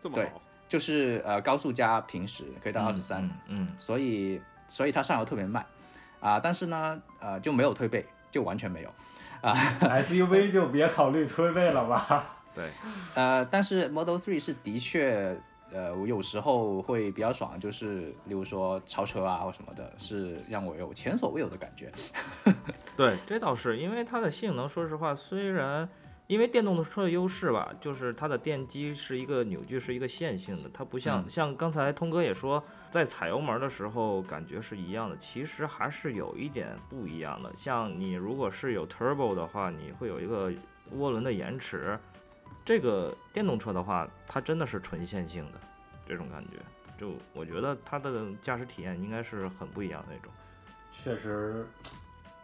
Speaker 4: 这么
Speaker 2: 对
Speaker 4: 好，
Speaker 2: 就是呃高速加平时可以到二十三，
Speaker 1: 嗯，
Speaker 2: 所以所以它上油特别慢啊、但是呢，呃就没有推背，就完全没有。
Speaker 3: SUV 就别考虑推背了吧。
Speaker 2: 呃，但是 Model Three 是的确，呃，我有时候会比较爽，就是例如说超车啊或什么的，是让我有前所未有的感觉。
Speaker 1: 嗯对，这倒是，因为它的性能，说实话，虽然因为电动车的优势吧，就是它的电机是一个扭矩是一个线性的，它不像、
Speaker 2: 嗯
Speaker 1: 像刚才通哥也说，在踩油门的时候感觉是一样的，其实还是有一点不一样的。像你如果是有 turbo 的话，你会有一个涡轮的延迟，这个电动车的话，它真的是纯线性的这种感觉。就我觉得它的驾驶体验应该是很不一样的那种。
Speaker 3: 确实，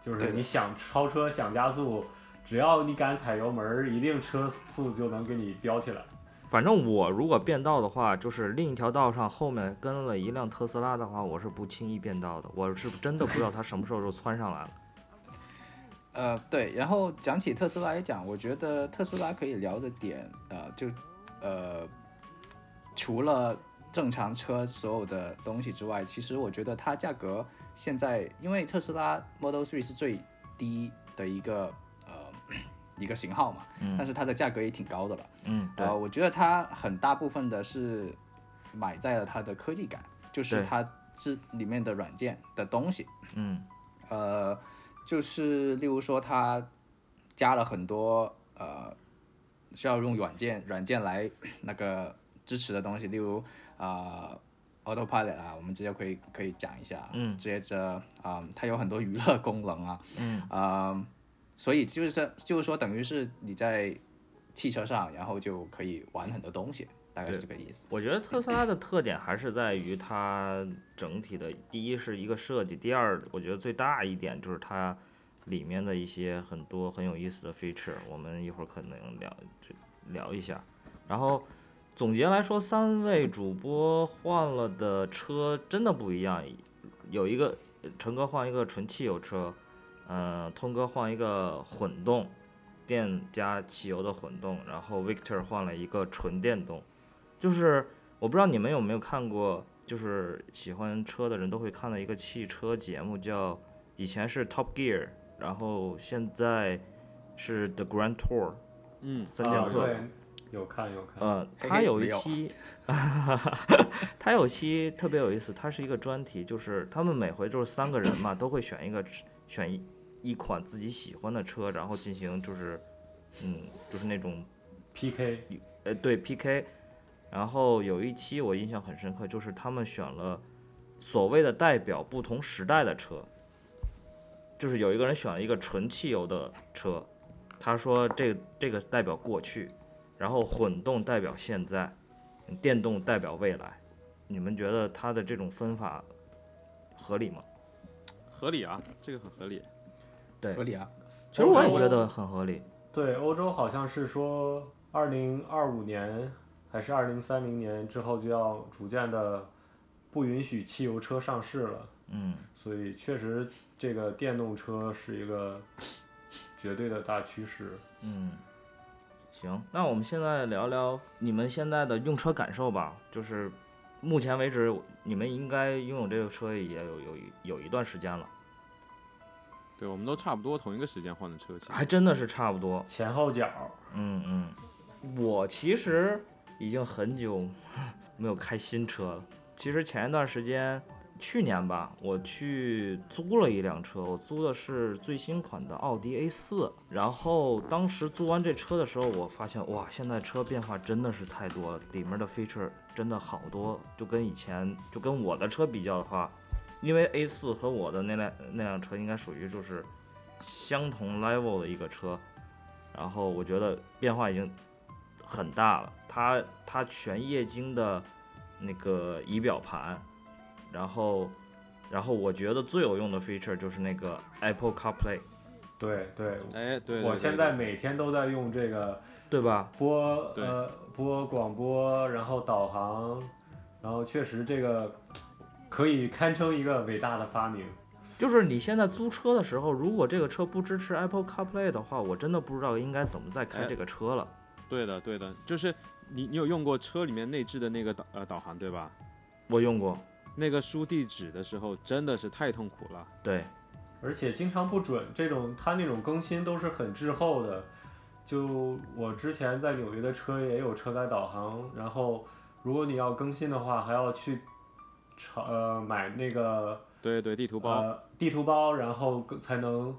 Speaker 3: 就
Speaker 2: 对
Speaker 3: 是
Speaker 2: 的
Speaker 3: 你想超车、想加速，只要你敢踩油门儿，一定车速就能给你飙起来。
Speaker 1: 反正我如果变道的话，就是另一条道上后面跟了一辆特斯拉的话，我是不轻易变道的。我是真的不知道它什么时候就窜上来了。
Speaker 2: 呃，对，然后讲起特斯拉来讲，我觉得特斯拉可以聊的点，呃，就呃，除了正常车所有的东西之外，其实我觉得它价格现在，因为特斯拉 Model 3是最低的一个呃一个型号嘛，但是它的价格也挺高的了。
Speaker 1: 嗯，对
Speaker 2: 呃，，我觉得它很大部分的是买在了它的科技感，就是
Speaker 1: 对
Speaker 2: 它这里面的软件的东西。
Speaker 1: 嗯，
Speaker 2: 呃，就是例如说它加了很多呃需要用软件软件来 那个支持的东西，例如啊、呃 Autopilot 啊，我们直接可以可以讲一下。
Speaker 1: 嗯
Speaker 2: 接着啊、它有很多娱乐功能啊。
Speaker 1: 嗯
Speaker 2: 啊、所以就是就是说，等于是你在汽车上，然后就可以玩很多东西，大概是这个意思。
Speaker 1: 我觉得特斯拉的特点还是在于它整体的，第一是一个设计，第二我觉得最大一点就是它里面的一些很多很有意思的 feature，我们一会儿可能聊这聊一下。然后总结来说，三位主播换了的车真的不一样，有一个陈哥换一个纯汽油车，呃，通哥换一个混动，电加汽油的混动，然后 Victor 换了一个纯电动。就是我不知道你们有没有看过，就是喜欢车的人都会看的一个汽车节目，叫以前是 Top Gear，然后现在是 The Grand Tour
Speaker 4: 嗯，
Speaker 1: 三剑
Speaker 3: 啊
Speaker 1: 客。
Speaker 3: 对，有看有看。
Speaker 1: 呃，
Speaker 2: 嘿
Speaker 1: 它
Speaker 2: 嘿
Speaker 1: 有
Speaker 2: 没
Speaker 1: 一
Speaker 2: 有
Speaker 1: 期， 它有一期特别有意思，它是一个专题，就是他们每回就是三个人嘛，都会选一个选一一款自己喜欢的车，然后进行就是，嗯，就是那种
Speaker 3: PK
Speaker 1: 呃，对 PK，然后有一期我印象很深刻，就是他们选了所谓的代表不同时代的车，就是有一个人选了一个纯汽油的车，他说这这个代表过去，然后混动代表现在，电动代表未来。你们觉得他的这种分法合理吗？
Speaker 4: 合理啊，这个很合理。
Speaker 1: 对
Speaker 2: 合理啊，
Speaker 1: 其实我也
Speaker 3: 欧洲
Speaker 1: 觉得很合理。
Speaker 3: 对欧洲好像是说，二零二五年还是二零三零年之后就要逐渐的不允许汽油车上市了，
Speaker 1: 嗯，
Speaker 3: 所以确实这个电动车是一个绝对的大趋势。
Speaker 1: 嗯，行，那我们现在聊聊你们现在的用车感受吧。就是目前为止，你们应该拥有这个车也有有一有一段时间了，
Speaker 4: 对，我们都差不多同一个时间换的车，其实
Speaker 3: 哎
Speaker 1: 还真的是差不多。
Speaker 3: 前后脚，
Speaker 1: 嗯嗯，我其实已经很久 没有开新车了。其实前一段时间，去年吧，我去租了一辆车，我租的是最新款的奥迪 A 4然后当时租完这车的时候，我发现哇，现在车变化真的是太多了，里面的 feature 真的好多，就跟以前就跟我的车比较的话，因为 A 4和我的那辆那辆车应该属于就是相同 level 的一个车，然后我觉得变化已经很大了。它它全液晶的那个仪表盘，然后然后我觉得最有用的 feature 就是那个 Apple CarPlay，
Speaker 3: 对对，
Speaker 4: 哎，对，对
Speaker 3: 我
Speaker 4: 对
Speaker 3: 现
Speaker 4: 对
Speaker 3: 在每天都在用这个
Speaker 1: 对吧？
Speaker 3: 播
Speaker 4: 对
Speaker 3: 呃播广播，然后导航，然后确实这个可以堪称一个伟大的发明。
Speaker 1: 就是你现在租车的时候，如果这个车不支持 Apple CarPlay 的话，我真的不知道应该怎么再开
Speaker 4: 哎
Speaker 1: 这个车了。
Speaker 4: 对的，对的，就是你你有用过车里面内置的那个导呃导航对吧？
Speaker 1: 我用过，
Speaker 4: 那个输地址的时候真的是太痛苦了。
Speaker 1: 对，
Speaker 3: 而且经常不准，这种它那种更新都是很滞后的。就我之前在纽约的车也有车载导航，然后如果你要更新的话，还要去查呃买那个
Speaker 4: 对对，地图包，
Speaker 3: 呃地图包，然后更才能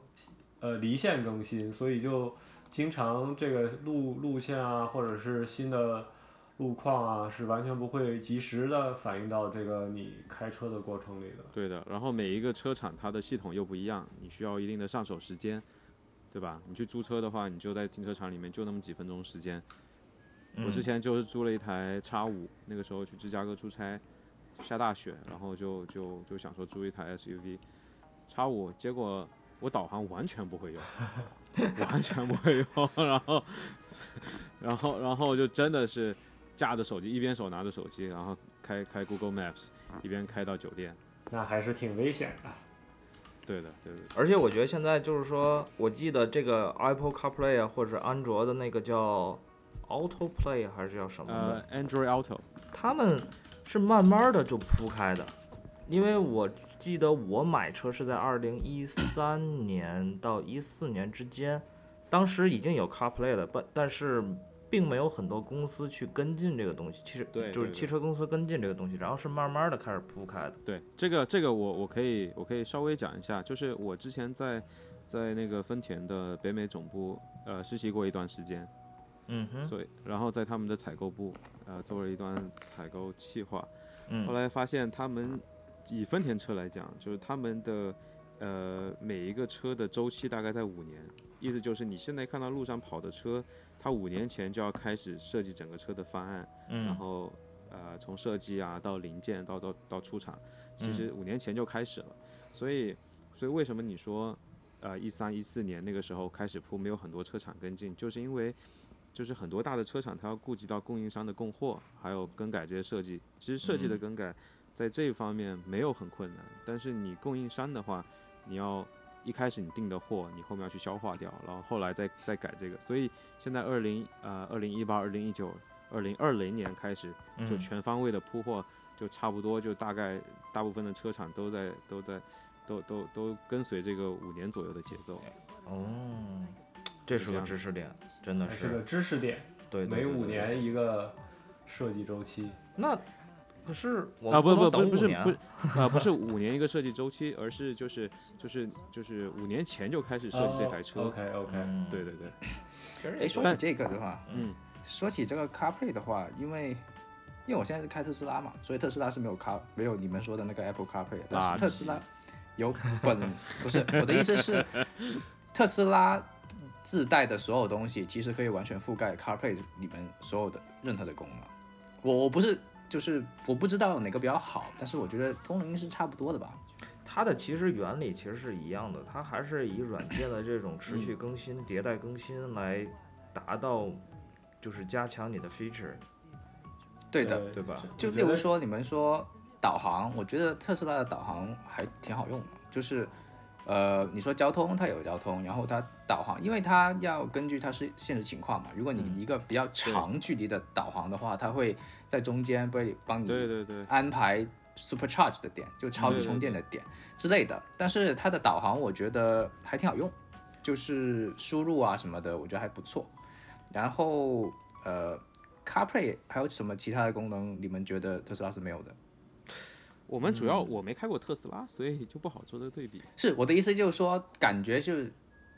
Speaker 3: 呃离线更新，所以就经常这个路路线啊，或者是新的路况啊，是完全不会及时的反映到这个你开车的过程里的。
Speaker 4: 对的。然后每一个车厂它的系统又不一样，你需要一定的上手时间，对吧？你去租车的话，你就在停车场里面就那么几分钟时间。我之
Speaker 1: 嗯
Speaker 4: 前就是租了一台叉五，那个时候去芝加哥出差，下大雪，然后就就就想说租一台 SUV，叉五，结果我导航完全不会用，完全不会用，然后然后然后就真的是架着手机，一边手拿着手机，然后开开 Google Maps，一边开到酒店。
Speaker 3: 那还是挺危险的。
Speaker 4: 对的，对的，
Speaker 1: 而且我觉得现在就是说，我记得这个 Apple CarPlay 啊，或者安卓的那个叫 AutoPlay 还是叫什么的，
Speaker 4: 呃，Android Auto，
Speaker 1: 他们是慢慢的就铺开的，因为我记得我买车是在二零一三年到一四年之间，当时已经有 CarPlay 了，但但是并没有很多公司去跟进这个东西，其实
Speaker 4: 对
Speaker 1: 就是
Speaker 4: 对对
Speaker 1: 汽车公司跟进这个东西，然后是慢慢的开始铺开的。
Speaker 4: 对这个这个我我可以我可以稍微讲一下，就是我之前在在那个丰田的北美总部呃实习过一段时间，
Speaker 1: 嗯哼，
Speaker 4: 所以然后在他们的采购部呃做了一段采购企划，后
Speaker 1: 嗯
Speaker 4: 来发现他们以丰田车来讲，就是他们的呃每一个车的周期大概在五年，意思就是你现在看到路上跑的车，它五年前就要开始设计整个车的方案，然
Speaker 1: 嗯
Speaker 4: 后呃从设计啊到零件到到到出厂，其
Speaker 1: 嗯
Speaker 4: 实五年前就开始了，所以所以为什么你说呃一三一四年那个时候开始铺没有很多车厂跟进，就是因为就是很多大的车厂它要顾及到供应商的供货，还有更改这些设计，其实设计的
Speaker 1: 嗯
Speaker 4: 更改在这一方面没有很困难，但是你供应商的话，你要。一开始你订的货，你后面要去消化掉，然后后来再再改这个，所以现在二零呃二零一八、二零一九、二零二零年开始，就
Speaker 1: 嗯
Speaker 4: 全方位的铺货，就差不多就大概大部分的车厂都在都在都都都跟随这个五年左右的节奏。
Speaker 1: 哦，这是
Speaker 4: 这
Speaker 1: 个
Speaker 4: 样
Speaker 1: 知识点，真的
Speaker 3: 还是个知识点，
Speaker 1: 对，对
Speaker 3: 每
Speaker 1: 对
Speaker 3: 五
Speaker 1: 对
Speaker 3: 年一个设计周期。
Speaker 1: 那可是我
Speaker 4: 啊，
Speaker 1: 们
Speaker 4: 不
Speaker 1: 能
Speaker 4: 不不
Speaker 1: 等
Speaker 4: 不
Speaker 1: 五
Speaker 4: 是
Speaker 1: 年
Speaker 4: 不是啊，不是五年一个设计周期，而是就是就是就是五年前就开始设计这台车。
Speaker 3: 哦 OK OK，
Speaker 1: 嗯，
Speaker 4: 对对对，
Speaker 2: 哎，说起这个的话，
Speaker 4: 嗯，
Speaker 2: 说起这个 CarPlay 的话，因为因为我现在是开特斯拉嘛，所以特斯拉是没有 Car 没有你们说的那个 Apple CarPlay，的但
Speaker 4: 垃圾
Speaker 2: 是特斯拉有本不是我的意思是，特斯拉自带的所有东西其实可以完全覆盖 CarPlay 里面所有的任何的功能。我我不是就是我不知道哪个比较好，但是我觉得功能应该是差不多的吧。
Speaker 1: 它的其实原理其实是一样的，它还是以软件的这种持
Speaker 2: 嗯
Speaker 1: 续更新、迭代更新来达到，就是加强你的 feature，
Speaker 2: 对
Speaker 3: 呃
Speaker 2: 的，
Speaker 1: 对吧？
Speaker 2: 就例如，说你们说导航，我觉得特斯拉的导航还挺好用的，就是呃，你说交通它有交通，然后它导航，因为它要根据它是现实情况嘛。如果
Speaker 4: 嗯
Speaker 2: 你一个比较长距离的导航的话，它会在中间帮你帮
Speaker 4: 对
Speaker 2: 你
Speaker 4: 对对，
Speaker 2: 安排 supercharge 的点，就超级充电的点之类的。但是它的导航我觉得还挺好用，就是输入啊什么的，我觉得还不错。然后呃。CarPlay 还有什么其他的功能？你们觉得特斯拉是没有的？
Speaker 4: 我们主要我没开过特斯拉，所以就不好做这个对比。
Speaker 2: 是我的意思就是说，感觉是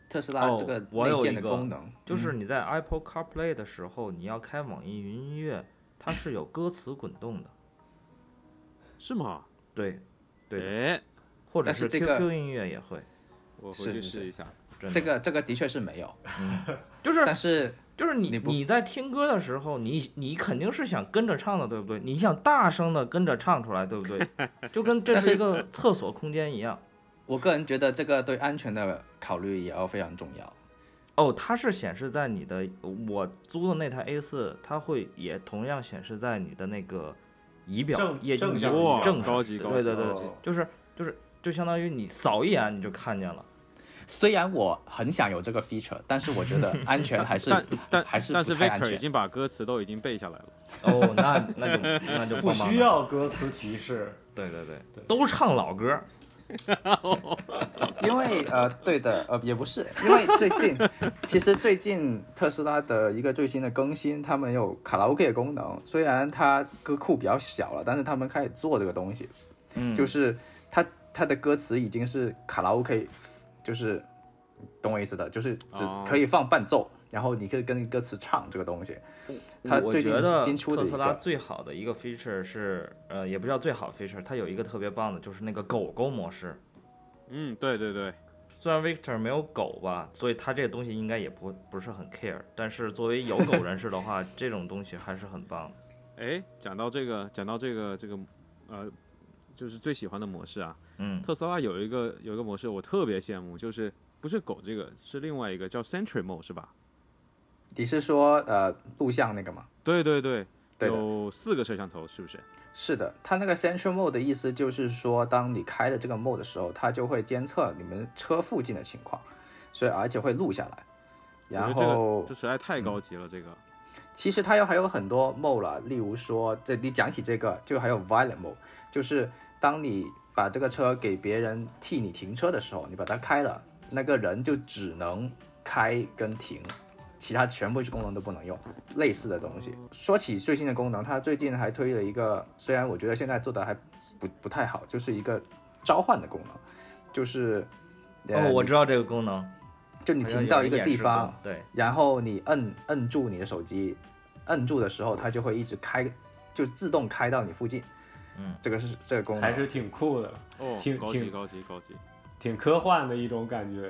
Speaker 2: 特斯拉
Speaker 1: 哦
Speaker 2: 这个
Speaker 1: 我有
Speaker 2: 内建
Speaker 1: 一
Speaker 2: 的
Speaker 1: 个
Speaker 2: 功能，嗯
Speaker 1: 就是你在 Apple CarPlay 的时候，你要开网易云音乐，它是有歌词滚动的，
Speaker 4: 是吗？
Speaker 1: 对，对的，
Speaker 4: 哎，
Speaker 1: 或者
Speaker 2: 但是
Speaker 1: 是
Speaker 2: 这个
Speaker 1: QQ 音乐也会，
Speaker 4: 我回
Speaker 2: 是
Speaker 4: 去
Speaker 2: 是
Speaker 4: 试
Speaker 2: 是
Speaker 4: 一下。
Speaker 1: 真的
Speaker 2: 这个这个的确是没有，
Speaker 1: 就是
Speaker 2: 但是
Speaker 1: 就是你
Speaker 2: 你不
Speaker 1: 在听歌的时候，你你肯定是想跟着唱的，对不对？你想大声的跟着唱出来，对不对？就跟这
Speaker 2: 但
Speaker 1: 是
Speaker 2: 是
Speaker 1: 一个厕所空间一样。
Speaker 2: 我个人觉得这个对安全的考虑也要非常重要。
Speaker 1: 哦，它是显示在你的我租的那台 A 四，它会也同样显示在你的那个仪表
Speaker 3: 正
Speaker 1: 液晶
Speaker 3: 正
Speaker 1: 仪
Speaker 3: 向哦
Speaker 1: 表
Speaker 3: 哇
Speaker 1: 正
Speaker 4: 高
Speaker 1: 上
Speaker 4: 级高
Speaker 1: 对对
Speaker 4: 级
Speaker 1: 对
Speaker 4: 高级，
Speaker 1: 就是就是就相当于你扫一眼你就看见了。
Speaker 2: 虽然我很想有这个 feature，但是我觉 得安全还是
Speaker 4: 但
Speaker 2: 还是
Speaker 4: 但
Speaker 2: 不
Speaker 4: 是
Speaker 2: 太安
Speaker 4: Victor 已
Speaker 2: 全。
Speaker 4: 经把歌词都已经背下来了。
Speaker 1: 哦，那 那就那就
Speaker 3: 不
Speaker 1: 棒棒
Speaker 3: 需
Speaker 1: 的，
Speaker 3: 要歌词提示，
Speaker 1: 对对对
Speaker 3: 对，
Speaker 1: 都唱老歌。
Speaker 2: 因为呃，对的，呃，也不是，因为最近其实最近特斯拉的一个最新的更新，他们有卡拉 OK 的功能，虽然它歌库比较小了，但是他们开始做这个东西，
Speaker 1: 嗯，
Speaker 2: 就是它它的歌词已经是卡拉 OK，就是懂我意思的，就是只
Speaker 4: 哦
Speaker 2: 可以放伴奏，然后你可以跟歌词唱这个东西。它
Speaker 1: 我
Speaker 2: 最近
Speaker 1: 觉得
Speaker 2: 新出的
Speaker 1: 特
Speaker 2: 一
Speaker 1: 斯拉
Speaker 2: 个
Speaker 1: 最好的一个 feature 是，呃，也不叫最好 feature，它有一个特别棒的，就是那个狗狗模式。
Speaker 4: 嗯，对对对，
Speaker 1: 虽然 Victor 没有狗吧，所以他这个东西应该也不不是很 care，但是作为有 狗人士的话，这种东西还是很棒的。
Speaker 4: 哎，讲到这个，讲到这个这个呃，就是最喜欢的模式啊。
Speaker 1: 嗯
Speaker 4: 特斯拉有一个有一个模式我特别羡慕，就是不是狗这个，是另外一个叫 Century Mode 是吧？
Speaker 2: 你是说呃录像那个吗？
Speaker 4: 对对对，
Speaker 2: 对的
Speaker 4: 有四个摄像头是不是？
Speaker 2: 是的，它那个 Central Mode 的意思就是说，当你开的这个 Mode 的时候，它就会监测你们车附近的情况，所以而且会录下来。
Speaker 4: 我觉
Speaker 2: 然
Speaker 4: 得这
Speaker 2: 后嗯
Speaker 4: 个这实在太高级了，这个
Speaker 2: 其实它又还有很多 mode 了，例如说，这你讲起这个，就还有 violent mode，就是当你把这个车给别人替你停车的时候，你把它开了，那个人就只能开跟停，其他全部功能都不能用，类似的东西。说起最新的功能，它最近还推了一个，虽然我觉得现在做的还不不太好，就是一个召唤的功能，就是
Speaker 1: 哦，我
Speaker 2: 你
Speaker 1: 知道这个功能，
Speaker 2: 就你
Speaker 1: 好像
Speaker 2: 停
Speaker 1: 有
Speaker 2: 到
Speaker 1: 人
Speaker 2: 一个
Speaker 1: 演
Speaker 2: 地
Speaker 1: 示过
Speaker 2: 方，，
Speaker 1: 对，
Speaker 2: 然后你摁摁住你的手机，摁住的时候它就会一直开，就自动开到你附近。
Speaker 1: 嗯，
Speaker 2: 这个是这个功能
Speaker 3: 还是挺酷的，
Speaker 4: 哦
Speaker 3: 挺，
Speaker 4: 高级
Speaker 3: 挺
Speaker 4: 高级高级，
Speaker 3: 挺科幻的一种感觉。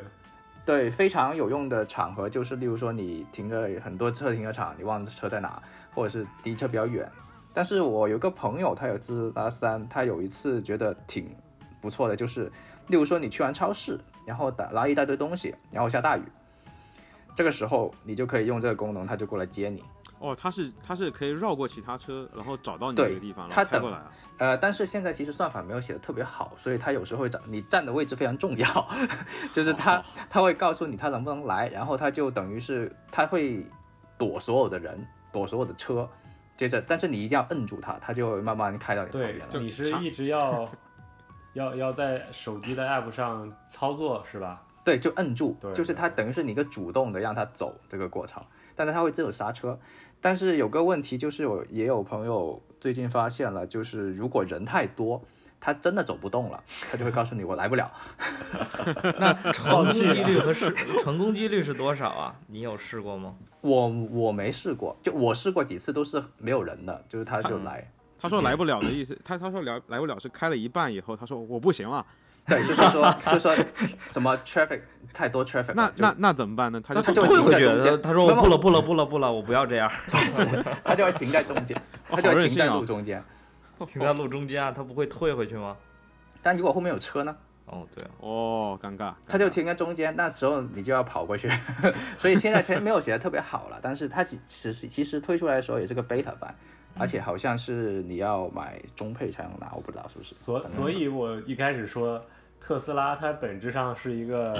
Speaker 2: 对非常有用的场合，就是例如说你停个很多车停车场，你忘了车在哪，或者是离车比较远。但是我有个朋友，他有自拉三，他有一次觉得挺不错的，就是例如说你去完超市，然后打拿了一大堆东西，然后下大雨，这个时候你就可以用这个功能，他就过来接你。
Speaker 4: 哦，它是它是可以绕过其他车，然后找到你这
Speaker 2: 对
Speaker 4: 个地方，然
Speaker 2: 它
Speaker 4: 后开
Speaker 2: 等
Speaker 4: 过来啊。
Speaker 2: 呃，但是现在其实算法没有写的特别好，所以它有时候会找你站的位置非常重要， 就是
Speaker 3: 哦
Speaker 2: 它它会告诉你它能不能来，然后它就等于是它会躲所有的人，躲所有的车，接着但是你一定要摁住它，它就会慢慢开到你旁边
Speaker 3: 对，
Speaker 2: 了。
Speaker 3: 你是一直要要要在手机的 app 上操作是吧？
Speaker 2: 对，就摁住
Speaker 3: 对，
Speaker 2: 就是它等于是你一个主动的让它走这个过程，但是它会自动刹车。但是有个问题就是，我也有朋友最近发现了，就是如果人太多，他真的走不动了，他就会告诉你我来不了。
Speaker 1: 那成功几率和失成功几率是多少啊？你有试过吗？
Speaker 2: 我我没试过，就我试过几次都是没有人的，就是他
Speaker 4: 嗯
Speaker 2: 就来，
Speaker 4: 他说来不了的意思，他他说来来不了是开了一半以后，他说我不行了，
Speaker 2: 对，就是说就是说什么 traffic 太多 traffic，
Speaker 4: 那
Speaker 2: 了就
Speaker 4: 那那怎么办呢？他就
Speaker 2: 他
Speaker 1: 就
Speaker 2: 就
Speaker 1: 退
Speaker 2: 停
Speaker 1: 回
Speaker 2: 在
Speaker 1: 去
Speaker 2: 中
Speaker 1: 了，
Speaker 2: 间
Speaker 1: 他说
Speaker 2: 没有
Speaker 1: 我不了不了不了不了，我不要这样，
Speaker 2: 他就会停在中间，
Speaker 4: 哦
Speaker 2: 他就
Speaker 4: 好
Speaker 2: 会
Speaker 4: 任
Speaker 2: 停在
Speaker 4: 性啊
Speaker 2: 路中间。
Speaker 1: 停在路中间啊，他不会退回去吗？
Speaker 2: 但如果后面有车呢，
Speaker 1: 哦，对啊，
Speaker 4: 哦，尴尬，
Speaker 2: 他就
Speaker 4: 尴尬
Speaker 2: 停在中间，那时候你就要跑过去。 所以现在其实没有写的特别好了，但是它其其实其实推出来的时候也是个 beta 版，而
Speaker 4: 嗯
Speaker 2: 且好像是你要买中配才能拿，我不知道是不是。
Speaker 3: 所所以，我一开始说特斯拉它本质上是一个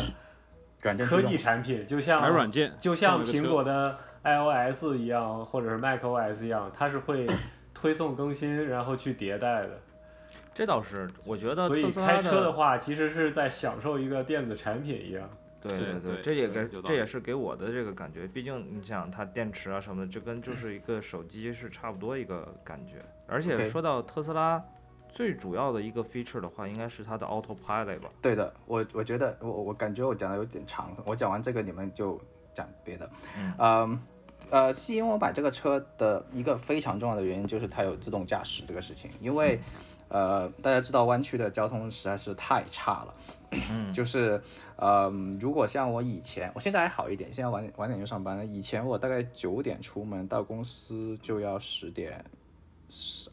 Speaker 2: 软件
Speaker 3: 科
Speaker 2: 驱动
Speaker 3: 技产品，就像
Speaker 4: 买软件，
Speaker 3: 就像
Speaker 4: 送一个
Speaker 3: 苹
Speaker 4: 车
Speaker 3: 果的 iOS 一样，或者是 macOS 一样，它是会推送更新，然后去迭代的。
Speaker 1: 这倒是，我觉得
Speaker 3: 所以
Speaker 1: 特斯
Speaker 3: 开
Speaker 1: 拉
Speaker 3: 车的话，其实是在享受一个电子产品一样。
Speaker 1: 对
Speaker 4: 对
Speaker 1: 对，
Speaker 4: 对
Speaker 1: 这也
Speaker 4: 对
Speaker 1: 给
Speaker 4: 有道
Speaker 1: 这也
Speaker 4: 理
Speaker 1: 是给我的这个感觉，毕竟你想它电池啊什么的，就跟就是一个手机是差不多一个感觉。而且
Speaker 2: OK
Speaker 1: 说到特斯拉最主要的一个 feature 的话，应该是它的 Autopilot 吧？
Speaker 2: 对的，我我觉得我我感觉我讲的有点长，我讲完这个你们就讲别的。
Speaker 1: 嗯
Speaker 2: 嗯，呃，是因为我买这个车的一个非常重要的原因就是它有自动驾驶这个事情，因为呃大家知道湾区的交通实在是太差了， 就是嗯，如果像我以前，我现在还好一点，现在晚晚点就上班了。以前我大概九点出门到公司就要十点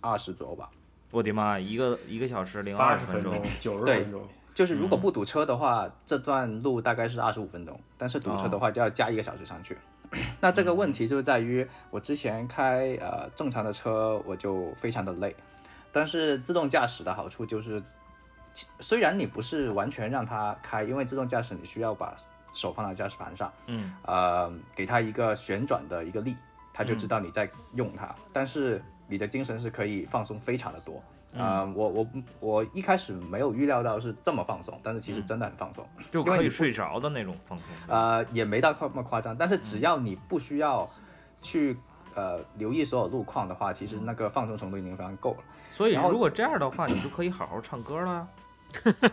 Speaker 2: 二十左右吧。
Speaker 1: 我的妈，一个一个小时零
Speaker 3: 八
Speaker 1: 二
Speaker 3: 十
Speaker 1: 分
Speaker 3: 分
Speaker 1: 钟
Speaker 3: 钟，、九十
Speaker 2: 对
Speaker 3: 分钟，
Speaker 2: 就是如果不堵车的话，这段路大概是二十五分钟，但是堵车的话就要加一个小时上去。 那这个问题就在于，我之前开呃正常的车我就非常的累，但是自动驾驶的好处就是，其虽然你不是完全让它开，因为自动驾驶你需要把手放到驾驶盘上，
Speaker 1: 嗯，
Speaker 2: 呃，给它一个旋转的一个力，它就知道你在用它，但是你的精神是可以放松非常的多。啊、我我我一开始没有预料到是这么放松，但是其实真的很放松，
Speaker 1: 就
Speaker 2: 因为
Speaker 1: 可以
Speaker 2: 你不
Speaker 1: 睡着的那种放松。
Speaker 2: 呃，也没到那么夸张，但是只要你不需要去呃留意所有路况的话，其实那个放松程度已经非常够了。
Speaker 1: 所以
Speaker 2: 然后
Speaker 1: 如果这样的话，你就可以好好唱歌了。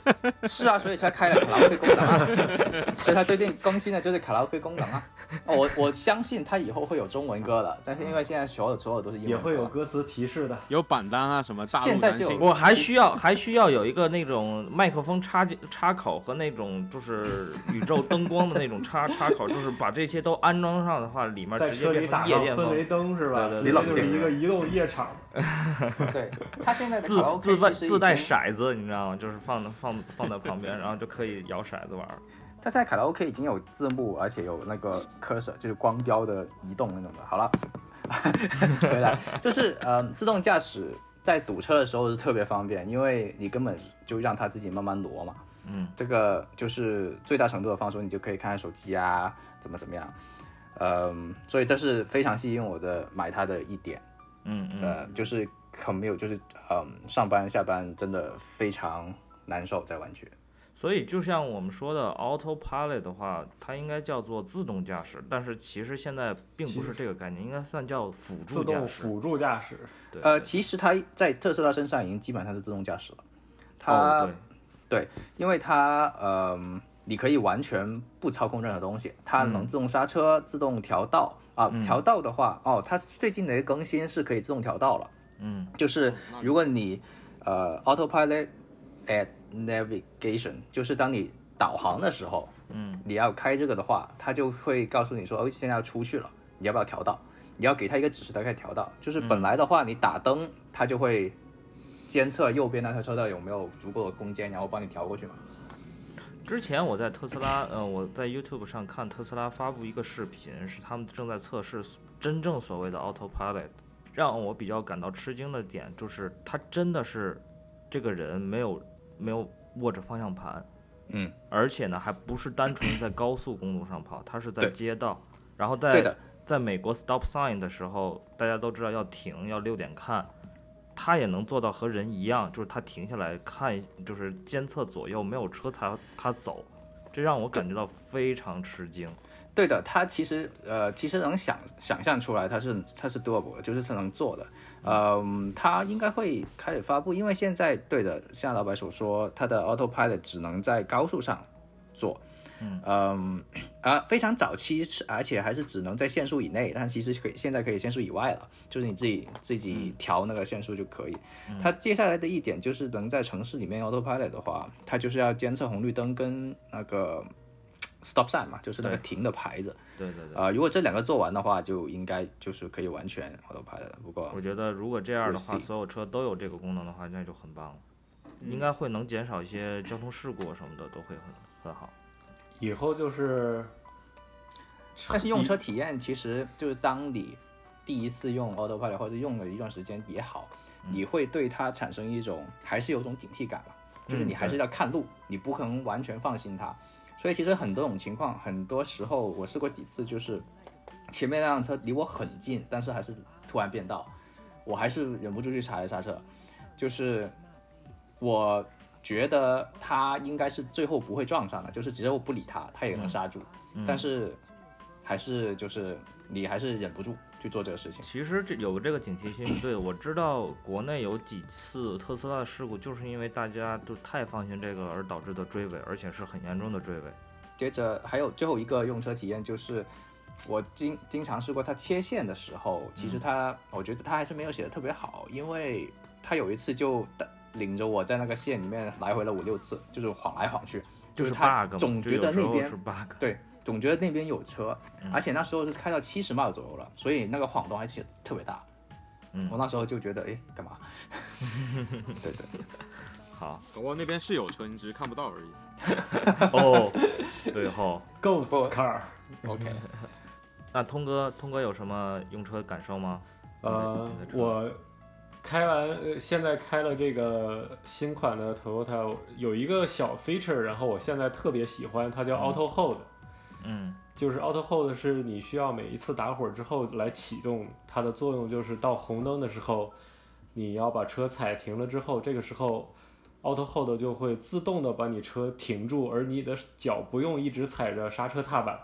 Speaker 2: 是啊，所以才开了卡拉 OK 功能啊。 所以他最近更新的就是卡拉 OK 功能啊。哦我我相信他以后会有中文歌的，但是因为现在所有所嗯有都是英
Speaker 3: 也
Speaker 2: 文歌，
Speaker 3: 会有歌词提示的。
Speaker 4: 有板单啊什么大陆
Speaker 2: 现在
Speaker 4: 男
Speaker 2: 就
Speaker 4: 性
Speaker 2: 有
Speaker 1: 我还需要还需要有一个那种麦克风插进插口和那种就是宇宙灯光的那种插插口，就是把这些都安装上的话，里面
Speaker 3: 在
Speaker 1: 直接
Speaker 3: 车里
Speaker 1: 变
Speaker 3: 打
Speaker 1: 成
Speaker 3: 上
Speaker 1: 夜店
Speaker 3: 氛围
Speaker 1: 风。
Speaker 3: 灯是吧？
Speaker 2: 对对
Speaker 1: 对
Speaker 3: 直接就是
Speaker 2: 你冷静
Speaker 3: 一个移动夜场，
Speaker 2: 对他现在的卡
Speaker 1: 自
Speaker 2: 拉 OK
Speaker 1: 自带
Speaker 2: 其实已
Speaker 1: 自带
Speaker 2: 经，
Speaker 1: 骰子，你知道吗？就是放放放在旁边，然后就可以摇骰子玩儿。
Speaker 2: 他现在卡拉 OK 已经有字幕，而且有那个 cursor，就是光标的移动那种的。好了， 回 来就是呃，自动驾驶在堵车的时候是特别方便，因为你根本就让它自己慢慢挪嘛。
Speaker 1: 嗯，
Speaker 2: 这个就是最大程度的放松，你就可以看看手机啊，怎么怎么样。嗯，所以这是非常吸引我的买它的一点。
Speaker 1: 嗯嗯，
Speaker 2: 呃，就是 commute，就是嗯，上班下班真的非常难受，在湾区。
Speaker 1: 所以就像我们说的 autopilot 的话，它应该叫做自动驾驶，但是其实现在并不是这个概念，应该算叫辅助
Speaker 3: 自
Speaker 1: 驾
Speaker 3: 动
Speaker 1: 驶。
Speaker 3: 辅助驾驶。
Speaker 1: 对，
Speaker 2: 呃，
Speaker 1: 对
Speaker 2: 其实它在特斯拉身上已经基本上是自动驾驶了。它、
Speaker 1: 哦对，
Speaker 2: 因为它嗯，你可以完全不操控任何东西，它
Speaker 1: 嗯
Speaker 2: 能自动刹车、自动调道啊。调道的话，哦，它最近的一个更新是可以自动调道了。
Speaker 1: 嗯，
Speaker 2: 就是如果你呃 autopilot at navigation，就是当你导航的时候，
Speaker 1: 嗯，
Speaker 2: 你要开这个的话，它就会告诉你说，哦，现在要出去了，你要不要调到？你要给它一个指示，它可以调到。
Speaker 1: 嗯
Speaker 2: 就是本来的话，你打灯，它就会监测右边那条车道有没有足够的空间，然后帮你调过去嘛。
Speaker 1: 之前我在特斯拉，呃，我在 YouTube 上看特斯拉发布一个视频，是他们正在测试真正所谓的 Autopilot。让我比较感到吃惊的点就是，他真的是这个人没有没有握着方向盘，
Speaker 2: 嗯，
Speaker 1: 而且呢，还不是单纯在高速公路上跑，他是在
Speaker 2: 对
Speaker 1: 街道，然后
Speaker 2: 对
Speaker 1: 在
Speaker 2: 的，
Speaker 1: 在美国 stop sign 的时候，大家都知道要停，要六点看，他也能做到和人一样，就是他停下来看，就是监测左右没有车才他走，这让我感觉到非常吃惊。
Speaker 2: 对的，它其实呃，其实能想想象出来，它是它是 doable，的就是它能做的。嗯，它应该会开始发布，因为现在对的，像老板所说，它的 autopilot 只能在高速上做。
Speaker 1: 嗯
Speaker 2: 嗯啊，非常早期，而且还是只能在限速以内，但其实可以现在可以限速以外了，就是你自己自己调那个限速就可以。它接下来的一点就是能在城市里面 autopilot 的话，它就是要监测红绿灯跟那个 stop sign 嘛，就是那个
Speaker 1: 对
Speaker 2: 停的牌子。
Speaker 1: 对对对，
Speaker 2: 啊，如果这两个做完的话，就应该就是可以完全 autopilot 了。不过
Speaker 1: 我觉得如果这样的话，
Speaker 2: We'll see
Speaker 1: 所有车都有这个功能的话，那就很棒了，应该会能减少一些交通事故什么的，都会很很好。
Speaker 3: 以后就是，
Speaker 2: 但是用车体验其实就是当你第一次用 Autopilot 或者用了一段时间也好，你会对它产生一种还是有种警惕感吧，就是你还是要看路，你不可能完全放心它。所以其实很多种情况，很多时候我试过几次，就是前面那辆车离我很近，但是还是突然变道，我还是忍不住去踩了刹车，就是我。觉得它应该是最后不会撞上的，就是只要我不理它，它也能刹住。但是还是就是你还是忍不住去做这个事情。
Speaker 1: 其实这有这个警惕心是对的。我知道国内有几次特斯拉的事故，就是因为大家就太放心这个而导致的追尾，而且是很严重的追尾。
Speaker 2: 接着还有最后一个用车体验就是，我经经常试过它切线的时候，其
Speaker 1: 嗯
Speaker 2: 实它、我觉得它还是没有写的特别好，因为它有一次就带领着我在那个线里面来回了五六次，就是晃来晃去，
Speaker 1: 就是 bug
Speaker 2: 它
Speaker 1: 嘛
Speaker 2: 总
Speaker 1: 就
Speaker 2: 觉得
Speaker 1: 有时
Speaker 2: 那
Speaker 1: 候
Speaker 2: 边
Speaker 1: 是嗯 bug。
Speaker 2: 对，总觉得那边有车，而且那时候是开到七十迈左右了，所以那个晃动还其实特别大。
Speaker 1: 嗯
Speaker 2: 我那时候就觉得，哎，干嘛？ 对 对，
Speaker 1: 好
Speaker 4: 搞不好那边是有车，你只是看不到而已。
Speaker 1: 哦，对吼。
Speaker 3: Ghost
Speaker 2: 不
Speaker 3: Car，
Speaker 2: OK，
Speaker 1: 那通哥，通哥有什么用车感受吗？
Speaker 3: 呃
Speaker 1: 你的，车
Speaker 3: 我开完呃现在开了这个新款的 Toyota，有一个小 feature，然后我现在特别喜欢，它叫 Auto Hold，、
Speaker 1: 嗯
Speaker 3: 就是 Auto Hold 是你需要每一次打火之后来启动，它的作用就是到红灯的时候，你要把车踩停了之后，这个时候 Auto Hold 就会自动的把你车停住，而你的脚不用一直踩着刹车踏板，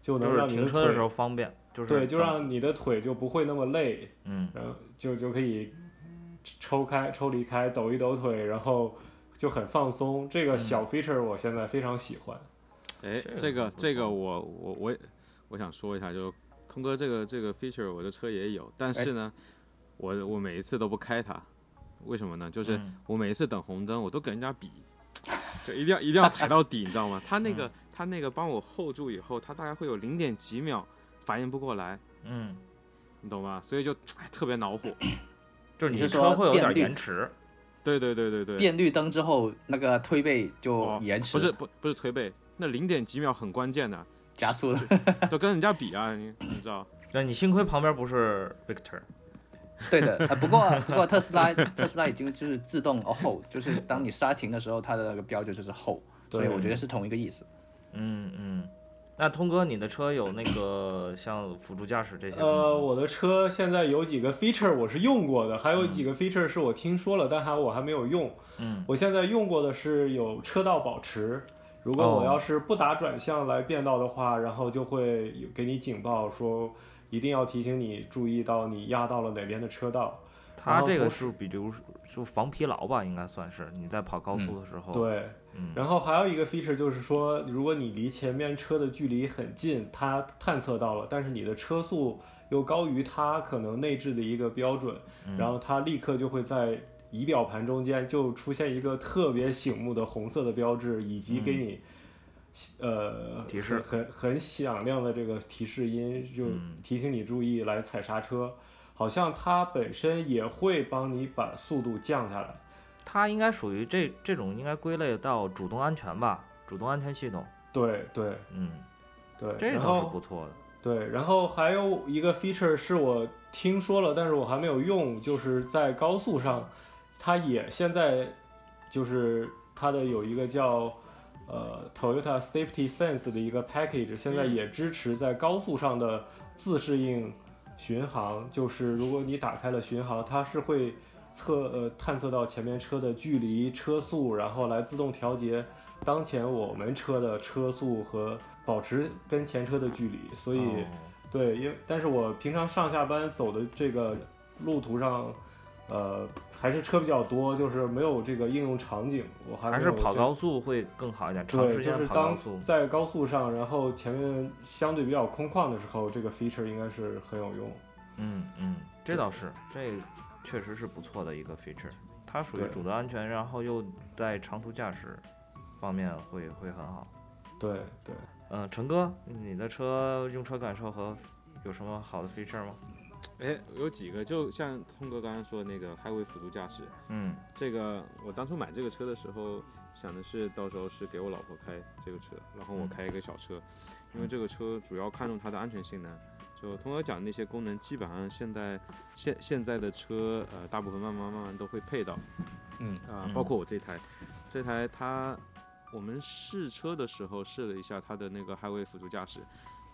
Speaker 3: 就
Speaker 1: 就
Speaker 3: 能
Speaker 1: 是
Speaker 3: 让你
Speaker 1: 停车
Speaker 3: 腿
Speaker 1: 的时候方便，就是
Speaker 3: 对，就
Speaker 1: 等
Speaker 3: 让你的腿就不会那么累，
Speaker 1: 嗯
Speaker 3: 然后就就可以抽开、抽离开、抖一抖腿，然后就很放松。
Speaker 1: 嗯
Speaker 3: 这个小 feature 我现在非常喜欢。
Speaker 4: 哎，
Speaker 1: 这
Speaker 4: 这
Speaker 1: 个
Speaker 4: 个
Speaker 1: 不
Speaker 4: 这
Speaker 1: 错
Speaker 4: 个我我我也我想说一下，就通哥这个这个 feature 我的车也有，但
Speaker 1: 哎
Speaker 4: 是呢，我我每一次都不开它，为什么呢？就是
Speaker 1: 嗯
Speaker 4: 我每一次等红灯，我都跟人家比，就一定要一定要踩到底，你知道吗？他那个他那个帮我 hold 住以后，他大概会有零点几秒反应不过来，
Speaker 1: 嗯，
Speaker 4: 你懂吗？所以就哎特别恼火。
Speaker 1: 就是
Speaker 2: 你
Speaker 1: 你
Speaker 2: 是说
Speaker 1: 车会有点
Speaker 2: 电力
Speaker 1: 延迟，
Speaker 4: 对对对对对，
Speaker 2: 变绿灯之后，那个推背就
Speaker 4: 哦
Speaker 2: 延迟，
Speaker 4: 不是不不是推背，那零点几秒很关键的，
Speaker 2: 加速了。
Speaker 4: 就跟人家比啊，你你知道。
Speaker 1: 那你幸亏旁边不是 Victor，
Speaker 2: 对的，呃，不过不过特斯拉特斯拉已经就是自动 hold，就是当你刹停的时候，它的那个标志就是 hold，所以
Speaker 3: 对
Speaker 2: 我觉得是同一个意思。
Speaker 1: 嗯嗯。那通哥，你的车有那个像辅助驾驶这些功能吗？
Speaker 3: 呃，我的车现在有几个 feature 我是用过的，还有几个 feature 是我听说了，但还我还没有用。
Speaker 1: 嗯，
Speaker 3: 我现在用过的是有车道保持，如果
Speaker 1: 哦
Speaker 3: 我要是不打转向来变道的话，然后就会有给你警报说一定要提醒你注意到你压到了哪边的车道。然
Speaker 1: 它
Speaker 3: 后
Speaker 1: 这个
Speaker 3: 同
Speaker 1: 是比如说是防疲劳吧，应该算是你在跑高速的时候，，
Speaker 3: 对，
Speaker 1: 嗯，
Speaker 3: 然后还有一个 feature 就是说，如果你离前面车的距离很近，它探测到了，但是你的车速又高于它可能内置的一个标准，
Speaker 1: 嗯
Speaker 3: 然后它立刻就会在仪表盘中间就出现一个特别醒目的红色的标志，以及给你、呃
Speaker 1: 嗯提示
Speaker 3: 很很很响亮的这个提示音，就
Speaker 1: 嗯
Speaker 3: 提醒你注意来踩刹车。好像它本身也会帮你把速度降下来。
Speaker 1: 它应该属于这这种应该归类到主动安全吧，主动安全系统，
Speaker 3: 对对
Speaker 1: 嗯，
Speaker 3: 对，
Speaker 1: 这
Speaker 3: 然
Speaker 1: 倒
Speaker 3: 后
Speaker 1: 是不错的，
Speaker 3: 对，然后还有一个 feature 是我听说了，但是我还没有用，就是在高速上，它也现在就是它的有一个叫呃 Toyota Safety Sense 的一个 package，现在也支持在高速上的自适应巡航，就是如果你打开了巡航，它是会测呃探测到前面车的距离、车速，然后来自动调节当前我们车的车速和保持跟前车的距离。所以、
Speaker 1: 哦
Speaker 3: 对，因为但是我平常上下班走的这个路途上，呃，还是车比较多，就是没有这个应用场景，我还
Speaker 1: 还
Speaker 3: 没
Speaker 1: 是
Speaker 3: 有
Speaker 1: 跑
Speaker 3: 去
Speaker 1: 高速会更好一点，长时
Speaker 3: 对，就
Speaker 1: 间
Speaker 3: 是
Speaker 1: 跑高
Speaker 3: 当
Speaker 1: 速，
Speaker 3: 在高速上，然后前面相对比较空旷的时候，这个 feature 应该是很有用。
Speaker 1: 嗯嗯，这倒是，这确实是不错的一个 feature，它属于
Speaker 3: 对
Speaker 1: 主动安全，然后又在长途驾驶方面会会很好。
Speaker 3: 对对，
Speaker 1: 嗯、陈哥，你的车用车感受和有什么好的 feature 吗？
Speaker 4: 哎，有几个，就像通哥刚刚说那个 Highway 辅助驾驶，
Speaker 1: 嗯
Speaker 4: 这个我当初买这个车的时候想的是，到时候是给我老婆开这个车，然后我
Speaker 1: 嗯
Speaker 4: 开一个小车，因为这个车主要看重它的安全性能。就通哥讲的那些功能，基本上现在现现在的车，呃，大部分慢慢慢慢都会配到，
Speaker 2: 嗯
Speaker 4: 啊、
Speaker 1: 嗯
Speaker 4: 包括我这台，这台它我们试车的时候试了一下它的那个 Highway 辅助驾驶，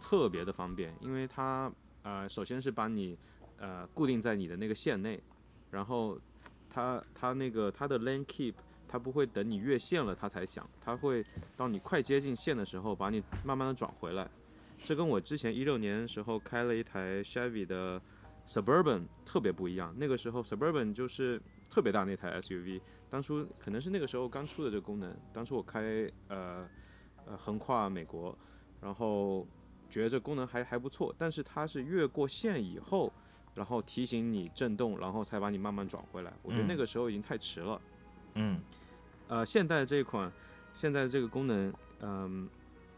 Speaker 4: 特别的方便，因为它呃首先是把你呃固定在你的那个线内，然后它它那个它的 lane keep，它不会等你越线了它才响，它会当你快接近线的时候把你慢慢的转回来。这跟我之前一六年的时候开了一台 Chevy 的 Suburban 特别不一样，那个时候 Suburban 就是特别大那台 SUV，当初可能是那个时候刚出的这个功能，当初我开呃呃横跨美国，然后觉得这功能还还不错，但是它是越过线以后，然后提醒你震动，然后才把你慢慢转回来。我觉得
Speaker 1: 嗯
Speaker 4: 那个时候已经太迟了。
Speaker 1: 嗯
Speaker 4: 呃，现代这一款，现在这个功能，嗯、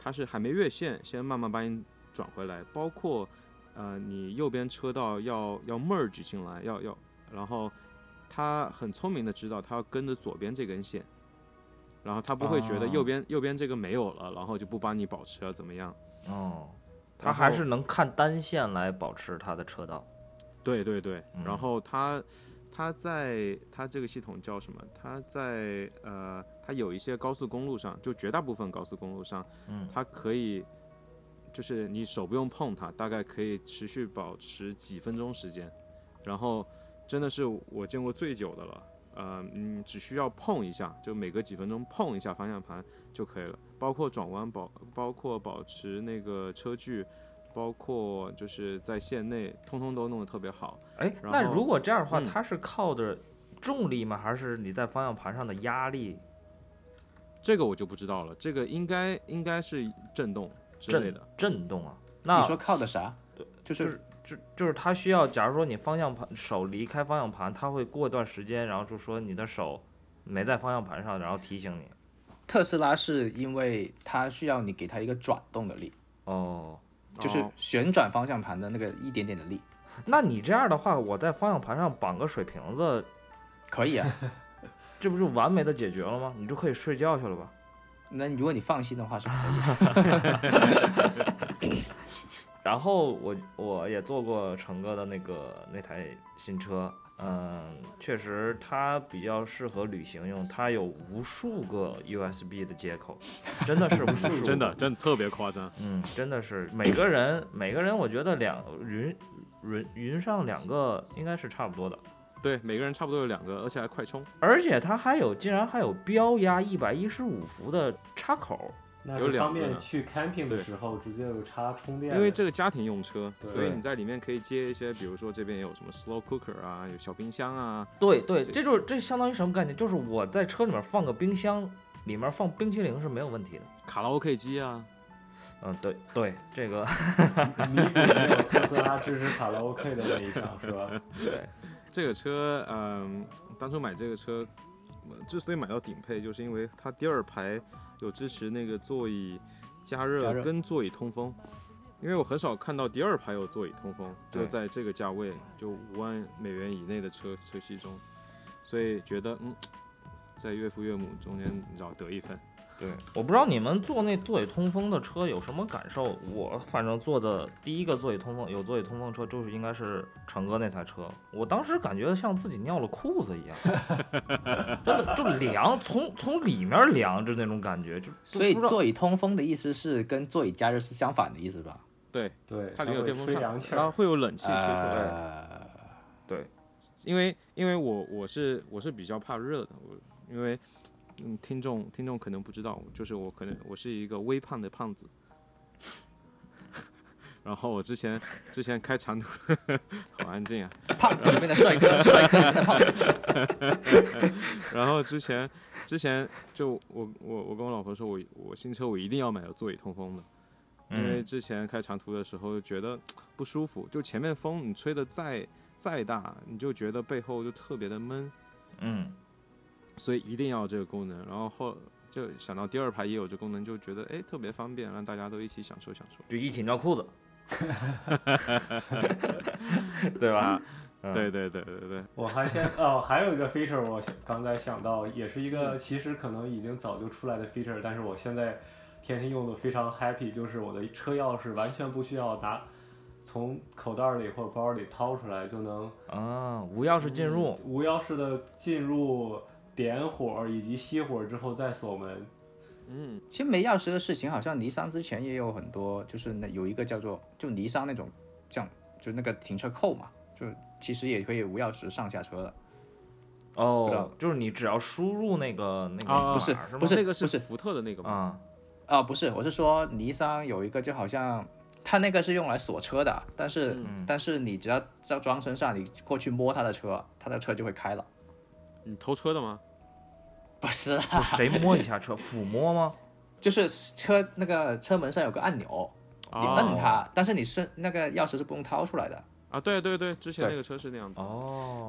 Speaker 4: 它是还没越线，先慢慢把你转回来，包括呃你右边车道要要 merge 进来，要要，然后它很聪明的知道它要跟着左边这根线，然后它不会觉得
Speaker 1: 哦
Speaker 4: 右边、右边这个没有了，然后就不帮你保持了啊怎么样？
Speaker 1: 哦，它
Speaker 4: 然
Speaker 1: 还
Speaker 4: 后
Speaker 1: 是能看单线来保持它的车道。
Speaker 4: 对对对，
Speaker 1: 嗯
Speaker 4: 然后它它在它这个系统叫什么？它在呃它有一些高速公路上，就绝大部分高速公路上。
Speaker 1: 嗯
Speaker 4: 它可以，就是你手不用碰它，大概可以持续保持几分钟时间，然后真的是我见过最久的了。呃，嗯，只需要碰一下，就每隔几分钟碰一下方向盘就可以了。包括转弯保，包括保持那个车距，包括就是在线内，通通都弄得特别好。
Speaker 1: 哎，
Speaker 4: 然
Speaker 1: 那
Speaker 4: 后
Speaker 1: 如果这样的话，
Speaker 4: 嗯
Speaker 1: 它是靠着重力吗？还是你在方向盘上的压力
Speaker 4: 这个我就不知道了，这个应该应该是震动之类
Speaker 1: 震
Speaker 4: 的。
Speaker 1: 震动啊。那
Speaker 2: 你说靠的啥？就是、
Speaker 1: 就是就就是它需要，假如说你方向盘手离开方向盘，它会过一段时间，然后就说你的手没在方向盘上，然后提醒你。
Speaker 2: 特斯拉是因为它需要你给它一个转动的力，
Speaker 1: 哦，
Speaker 2: 就是
Speaker 4: 哦
Speaker 2: 旋转方向盘的那个一点点的力，
Speaker 1: 那你这样的话，我在方向盘上绑个水瓶子，
Speaker 2: 可以啊。
Speaker 1: 这不就完美的解决了吗？你就可以睡觉去了吧？
Speaker 2: 那如果你放心的话是可 以的。
Speaker 1: 然后我我也坐过成哥的那个那台新车，嗯，确实它比较适合旅行用，它有无数个 USB 的接口，真的是无数，
Speaker 4: 真的，真的特别夸张，
Speaker 1: 嗯，真的是每个人每个人，我觉得两云云云上两个应该是差不多的，
Speaker 4: 对，每个人差不多有两个，而且还快充，
Speaker 1: 而且它还有竟然还有标压一百一十五伏的插口，
Speaker 3: 那
Speaker 4: 有
Speaker 3: 是
Speaker 4: 两
Speaker 3: 方
Speaker 4: 个
Speaker 3: 便
Speaker 4: 呢
Speaker 3: 去 camping
Speaker 4: 对
Speaker 3: 的时候直接有插充电的，
Speaker 4: 因为这个家庭用车，
Speaker 3: 对
Speaker 4: 所以你在里面可以接一些，比如说这边有什么 slow cooker 啊，有小冰箱啊，
Speaker 1: 对对，
Speaker 4: 这
Speaker 1: 这就是这相当于什么概念？就是我在车里面放个冰箱，里面放冰淇淋是没有问题的。
Speaker 4: 卡拉 OK 机啊，
Speaker 1: 嗯，对对，这个
Speaker 3: 弥补没有特斯拉支持卡拉 OK 的那一项是吧？
Speaker 4: 这个车，嗯、当初买这个车，呃之所以买到顶配，就是因为它第二排有支持那个座椅加
Speaker 2: 加
Speaker 4: 热
Speaker 2: 热
Speaker 4: 跟座椅通风，因为我很少看到第二排有座椅通风，
Speaker 1: 对
Speaker 4: 就在这个价位，就五万美元以内的车车系中，所以觉得嗯，在岳父岳母中间你知道得一分。
Speaker 1: 对， 我不知道你们坐那座椅通风的车有什么感受？我反正坐的第一个座椅通风有座椅通风车，就是应该是成哥那台车。我当时感觉像自己尿了裤子一样， 真的就凉，从从里面凉，就那种感觉，就就
Speaker 2: 所以
Speaker 1: 不知道
Speaker 2: 座椅通风的意思是跟座椅加热是相反的意思吧？
Speaker 4: 对，
Speaker 3: 对，
Speaker 4: 它里面有
Speaker 3: 会
Speaker 4: 电风
Speaker 3: 吹
Speaker 4: 扇，
Speaker 3: 凉气
Speaker 4: 然后
Speaker 3: 儿，
Speaker 4: 会有冷气吹出来。
Speaker 1: 哎
Speaker 2: 呃，
Speaker 4: 因为因为我我是我是比较怕热的，我因为嗯，听众听众可能不知道，就是我可能我是一个微胖的胖子。 然后我之前之前开长途， 好安静啊。
Speaker 2: 呃胖子里面的帅哥， 帅哥里面的胖子，
Speaker 4: 然后之前之前就我我我跟我老婆说我我新车我一定要买有座椅通风的，因为
Speaker 1: 嗯
Speaker 4: 之前开长途的时候觉得不舒服，就前面风你吹的再再大，你就觉得背后就特别的闷。
Speaker 1: 嗯，
Speaker 4: 所以一定要有这个功能。然后后就想到第二排也有这功能，就觉得哎特别方便，让大家都一起享受享受。
Speaker 1: 就一起尿 裤子，对吧？嗯
Speaker 4: 对对对对对，
Speaker 3: 我还先哦，还有一个 feature 我想刚才想到，也是一
Speaker 4: 嗯
Speaker 3: 个其实可能已经早就出来的 feature，但是我现在天天用的非常 happy，就是我的车钥匙完全不需要拿从口袋里或者包里掏出来就能
Speaker 1: 啊，无钥匙进入，
Speaker 3: 无钥匙的进入、点火以及熄火之后再锁门。
Speaker 4: 嗯，
Speaker 2: 其实没钥匙的事情，好像尼桑之前也有很多，就是那有一个叫做就尼桑那种，这样就那个停车扣嘛，就其实也可以无钥匙上下车的。不知
Speaker 1: 哦
Speaker 2: 道，
Speaker 1: 就是你只要输入那个那个
Speaker 4: 啊
Speaker 2: 不是
Speaker 1: 码吗
Speaker 2: 不是
Speaker 4: 那个
Speaker 2: 不是
Speaker 4: 福特的那个吗？
Speaker 1: 啊，
Speaker 2: 啊、不是，我是说尼桑有一个就好像。它那个是用来锁车的，但是、但是你只要只要装身上，你过去摸他的车，他的车就会开了。
Speaker 4: 你偷车的吗？
Speaker 2: 不是啊，
Speaker 1: 就谁摸一下车， 抚摸吗？
Speaker 2: 就是车那个车门上有个按钮，你摁
Speaker 4: 啊
Speaker 2: 它，但是你是那个钥匙是不用掏出来的。
Speaker 4: 啊，对对对，之前
Speaker 2: 对
Speaker 4: 那个车是那样的。
Speaker 1: 哦，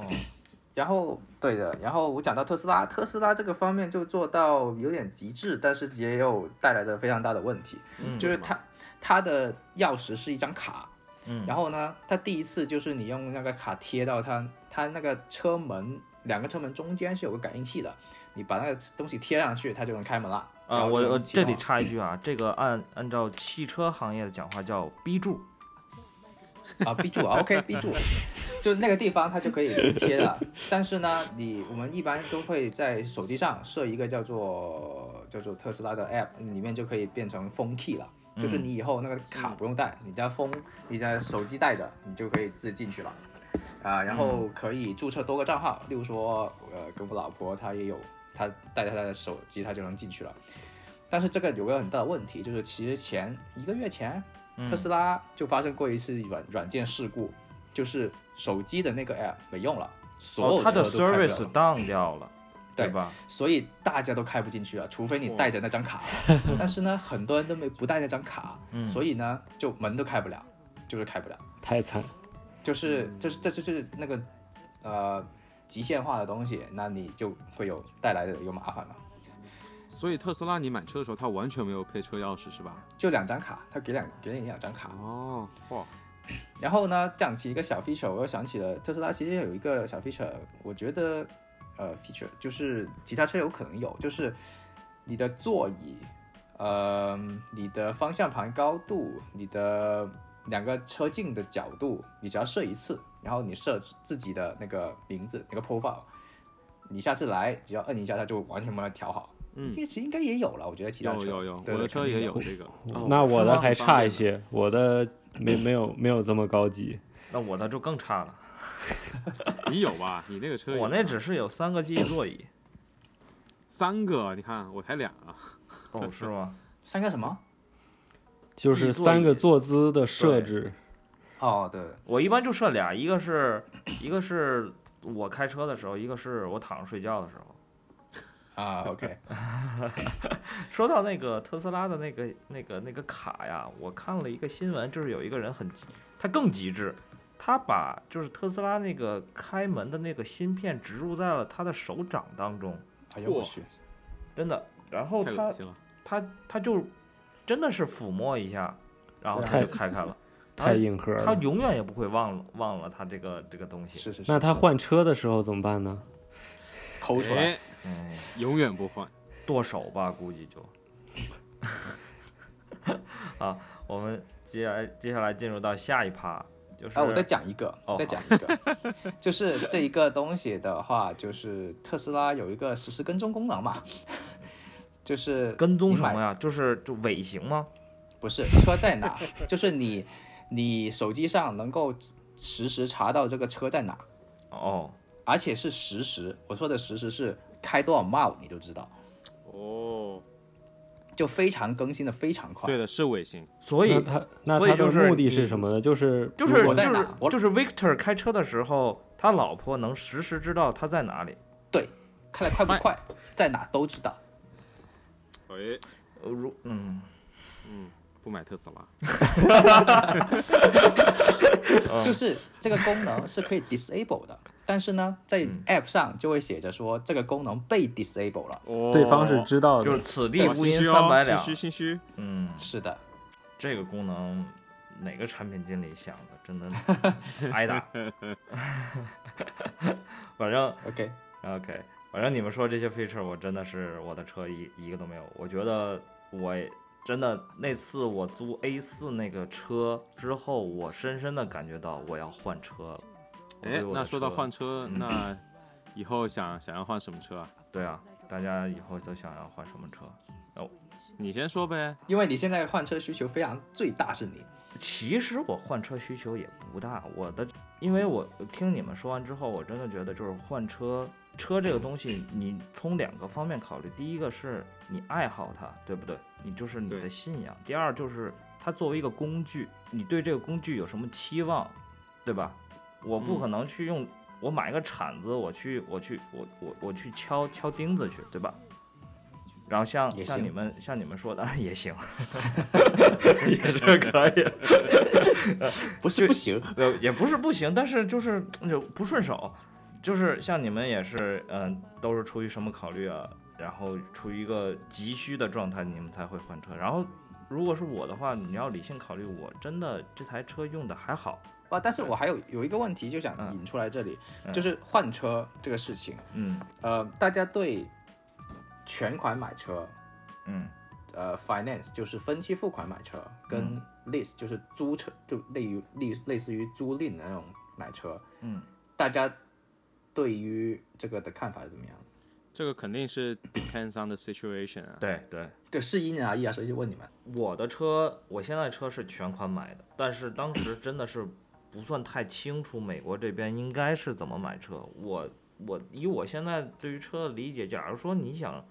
Speaker 2: 然后对的，然后我讲到特斯拉，特斯拉这个方面就做到有点极致，但是也有带来的非常大的问题，
Speaker 1: 嗯
Speaker 2: 就是它它的钥匙是一张卡，
Speaker 1: 嗯
Speaker 2: 然后呢，它第一次就是你用那个卡贴到它它那个车门两个车门中间是有个感应器的，你把那个东西贴上去，它就能开门了。然
Speaker 1: 啊，
Speaker 2: 后
Speaker 1: 我
Speaker 2: 就
Speaker 1: 我
Speaker 2: 能启
Speaker 1: 这里
Speaker 2: 动了
Speaker 1: 插一句啊，这个按按照汽车行业的讲话叫逼住，
Speaker 2: 啊，闭住啊，OK，闭住， 就那个地方它就可以切了。但是呢，你我们一般都会在手机上设一个叫做叫做特斯拉的 app，里面就可以变成封 key 了。就是你以后那个卡
Speaker 1: 嗯
Speaker 2: 不用带，你的封，你的手机带着，你就可以自己进去了。啊，然
Speaker 1: 嗯
Speaker 2: 后可以注册多个账号，例如说，呃，跟我老婆她也有，她带着她的手机，她就能进去了。但是这个有个很大的问题，就是其实前一个月前，
Speaker 1: 嗯
Speaker 2: 特斯拉就发生过一次软软件事故，就是手机的那个 app 没用了，所
Speaker 1: 哦
Speaker 2: 有，
Speaker 1: 它
Speaker 2: 车
Speaker 1: 的
Speaker 2: 都开不了
Speaker 1: service down 掉了，对
Speaker 2: 对
Speaker 1: 吧？
Speaker 2: 所以大家都开不进去
Speaker 5: 嗯
Speaker 2: 啊，除非你带着那张卡。
Speaker 5: 哦
Speaker 2: 但是呢，很多人都没不带那张卡，
Speaker 1: 嗯
Speaker 2: 所以呢，就门都开不了，就是开不了，
Speaker 5: 太惨了，
Speaker 2: 就是就是这就是那个呃极限化的东西，那你就会有带来的有麻烦了。
Speaker 4: 所以特斯拉你买车的时候，它完全没有配车钥匙是吧？
Speaker 2: 就两张卡，他给两给你两张卡，
Speaker 4: 哦，哇，
Speaker 2: 然后呢，讲起一个小 feature，我又想起了特斯拉其实有一个小 feature，我觉得呃 feature 就是其他车有可能有，就是你的座椅，呃，你的方向盘高度，你的两个车镜的角度，你只要设一次，然后你设自己的那个名字那个 profile，你下次来只要摁一下，它就完全帮它调好。
Speaker 4: 嗯
Speaker 2: 这个其实应该也有了，我觉得其他
Speaker 4: 有
Speaker 2: 车
Speaker 4: 有有，
Speaker 2: 对
Speaker 4: 我的车也有。这个。哦
Speaker 5: 那我的还差一。
Speaker 4: 是吗
Speaker 5: 些，我的没没有没有这么高级，
Speaker 1: 那我的就更差了，
Speaker 4: 很方便的你有吧？你那个车有
Speaker 1: 我那只是有三个记忆 座椅。
Speaker 4: 三个，你看我才俩啊。
Speaker 1: 哦，是吗？
Speaker 2: 三个什么？
Speaker 5: 就
Speaker 1: 记
Speaker 5: 是
Speaker 1: 座
Speaker 5: 三
Speaker 1: 椅
Speaker 5: 个坐姿的设
Speaker 1: 对
Speaker 5: 置，
Speaker 2: 哦，对，
Speaker 1: 我一般就设俩，一个是一个是我开车的时候，一个是我躺着睡觉的时候。
Speaker 2: 啊，OK，
Speaker 1: 说到那个特斯拉的那个那个那个卡呀，我看了一个新闻，就是有一个人很，他更极致，他把就是特斯拉那个开门的那个芯片植入在了他的手掌当中，
Speaker 2: 哎呦我
Speaker 4: 嚯
Speaker 2: 去，
Speaker 1: 真的。然后
Speaker 4: 太
Speaker 1: 他
Speaker 4: 恶心了，
Speaker 1: 他他就真的是抚摸一下，然后他
Speaker 5: 太
Speaker 1: 就开开了。
Speaker 5: 太
Speaker 1: 他
Speaker 5: 硬核
Speaker 1: 他
Speaker 5: 了。
Speaker 1: 永远也不会忘了忘了他这个这个东西。
Speaker 2: 是是是，
Speaker 5: 那他换车的时候怎么办呢？
Speaker 2: 抠出来。
Speaker 4: 哎
Speaker 1: 哎，
Speaker 4: 永远不换。
Speaker 1: 剁手吧，估计 就。 啊，我们接下来接下来进入到下一趴，就是
Speaker 2: 啊，我再
Speaker 4: 嗯
Speaker 2: 讲一个，
Speaker 1: 哦
Speaker 2: 再讲一个， 就是这一个东西的话，就是特斯拉有一个实时跟踪功能嘛， 就是
Speaker 1: 跟踪
Speaker 2: 你
Speaker 1: 什
Speaker 2: 买
Speaker 1: 么呀？就是就尾行吗？
Speaker 2: 不是车在哪， 就是你你手机上能够实时查到这个车在哪，
Speaker 1: 哦，
Speaker 2: 而且是实时。我说的实时是开多少 mile 你就知道，
Speaker 4: 哦，
Speaker 2: 就非常更新的非常快。
Speaker 4: 对的，是尾行。
Speaker 1: 所以
Speaker 5: 那他那
Speaker 1: 所以
Speaker 5: 他
Speaker 1: 就
Speaker 5: 的
Speaker 1: 是
Speaker 5: 目的是
Speaker 1: 你
Speaker 5: 什么呢？就是
Speaker 1: 就
Speaker 5: 如
Speaker 1: 是
Speaker 2: 我
Speaker 1: 就
Speaker 2: 在哪
Speaker 1: 是
Speaker 2: 我
Speaker 1: 就是 Victor 开车的时候，他老婆能实时知道他在哪里。
Speaker 2: 开的快不快，在哪都知道。
Speaker 4: 哎，
Speaker 1: 呃如嗯，
Speaker 4: 嗯，不买特斯拉。
Speaker 2: 就是这个功能是可以 disable 的，但是呢，在 app 上就会写着说这个功能被 disable 了。
Speaker 4: 哦，
Speaker 5: 对方是知道的，
Speaker 1: 就是此地
Speaker 4: 哇
Speaker 1: 无
Speaker 4: 心
Speaker 1: 银
Speaker 4: 虚哦
Speaker 1: 三百两
Speaker 4: 心。虚心虚。
Speaker 1: 嗯，
Speaker 2: 是的，
Speaker 1: 这个功能哪个产品经理想的？真的挨打。 反正
Speaker 2: OK，
Speaker 1: OK，反正你们说这些 feature，我真的是我的车一一个都没有。我觉得我真的那次我租 A 4那个车之后，我深深的感觉到我要换车了。我
Speaker 4: 哎
Speaker 1: 对，我的
Speaker 4: 那说到
Speaker 1: 车
Speaker 4: 换车，
Speaker 1: 嗯
Speaker 4: 那以后想想要换什么车啊？
Speaker 1: 对啊，大家以后都想要换什么车？
Speaker 4: 你先说呗。
Speaker 2: 因为你现在换车需求非常最大是你，
Speaker 1: 其实我换车需求也不大，我的，因为我听你们说完之后，我真的觉得就是换车，车这个东西，你从两个方面考虑，第一个是你爱好它，对不对？你就是你的
Speaker 4: 对
Speaker 1: 信仰。第二就是它作为一个工具，你对这个工具有什么期望，对吧？我不
Speaker 4: 嗯
Speaker 1: 可能去用，我买个铲子，我去，我去，我我我去敲敲钉子去，对吧？然后像
Speaker 2: 也
Speaker 1: 像
Speaker 2: 行
Speaker 1: 你们像你们说的 也行，也是可以的。
Speaker 2: 不是不行，
Speaker 1: 呃，也不是不行，但是就是就不顺手，就是像你们也是，嗯、都是出于什么考虑啊？然后处于一个急需的状态，你们才会换车。然后如果是我的话，你要理性考虑，我真的这台车用的还好，
Speaker 2: 啊，但是我还有有一个问题就想
Speaker 1: 嗯
Speaker 2: 引出来这里，
Speaker 1: 嗯
Speaker 2: 就是换车这个事情，
Speaker 1: 嗯
Speaker 2: 呃，大家对全款买车，
Speaker 1: 嗯
Speaker 2: 呃，finance 就是分期付款买车，跟
Speaker 1: 嗯
Speaker 2: lease 就是租车，就类于类类似于租赁的那种买车，
Speaker 1: 嗯，
Speaker 2: 大家对于这个的看法是怎么样？
Speaker 4: 这个肯定是 depends on the situation 啊。
Speaker 1: 对对。
Speaker 2: 对，是因人而异啊，所以就问你们。
Speaker 1: 我的车，我现在车是全款买的，但是当时真的是不算太清楚美国这边应该是怎么买车。我我以我现在对于车的理解，假如说你想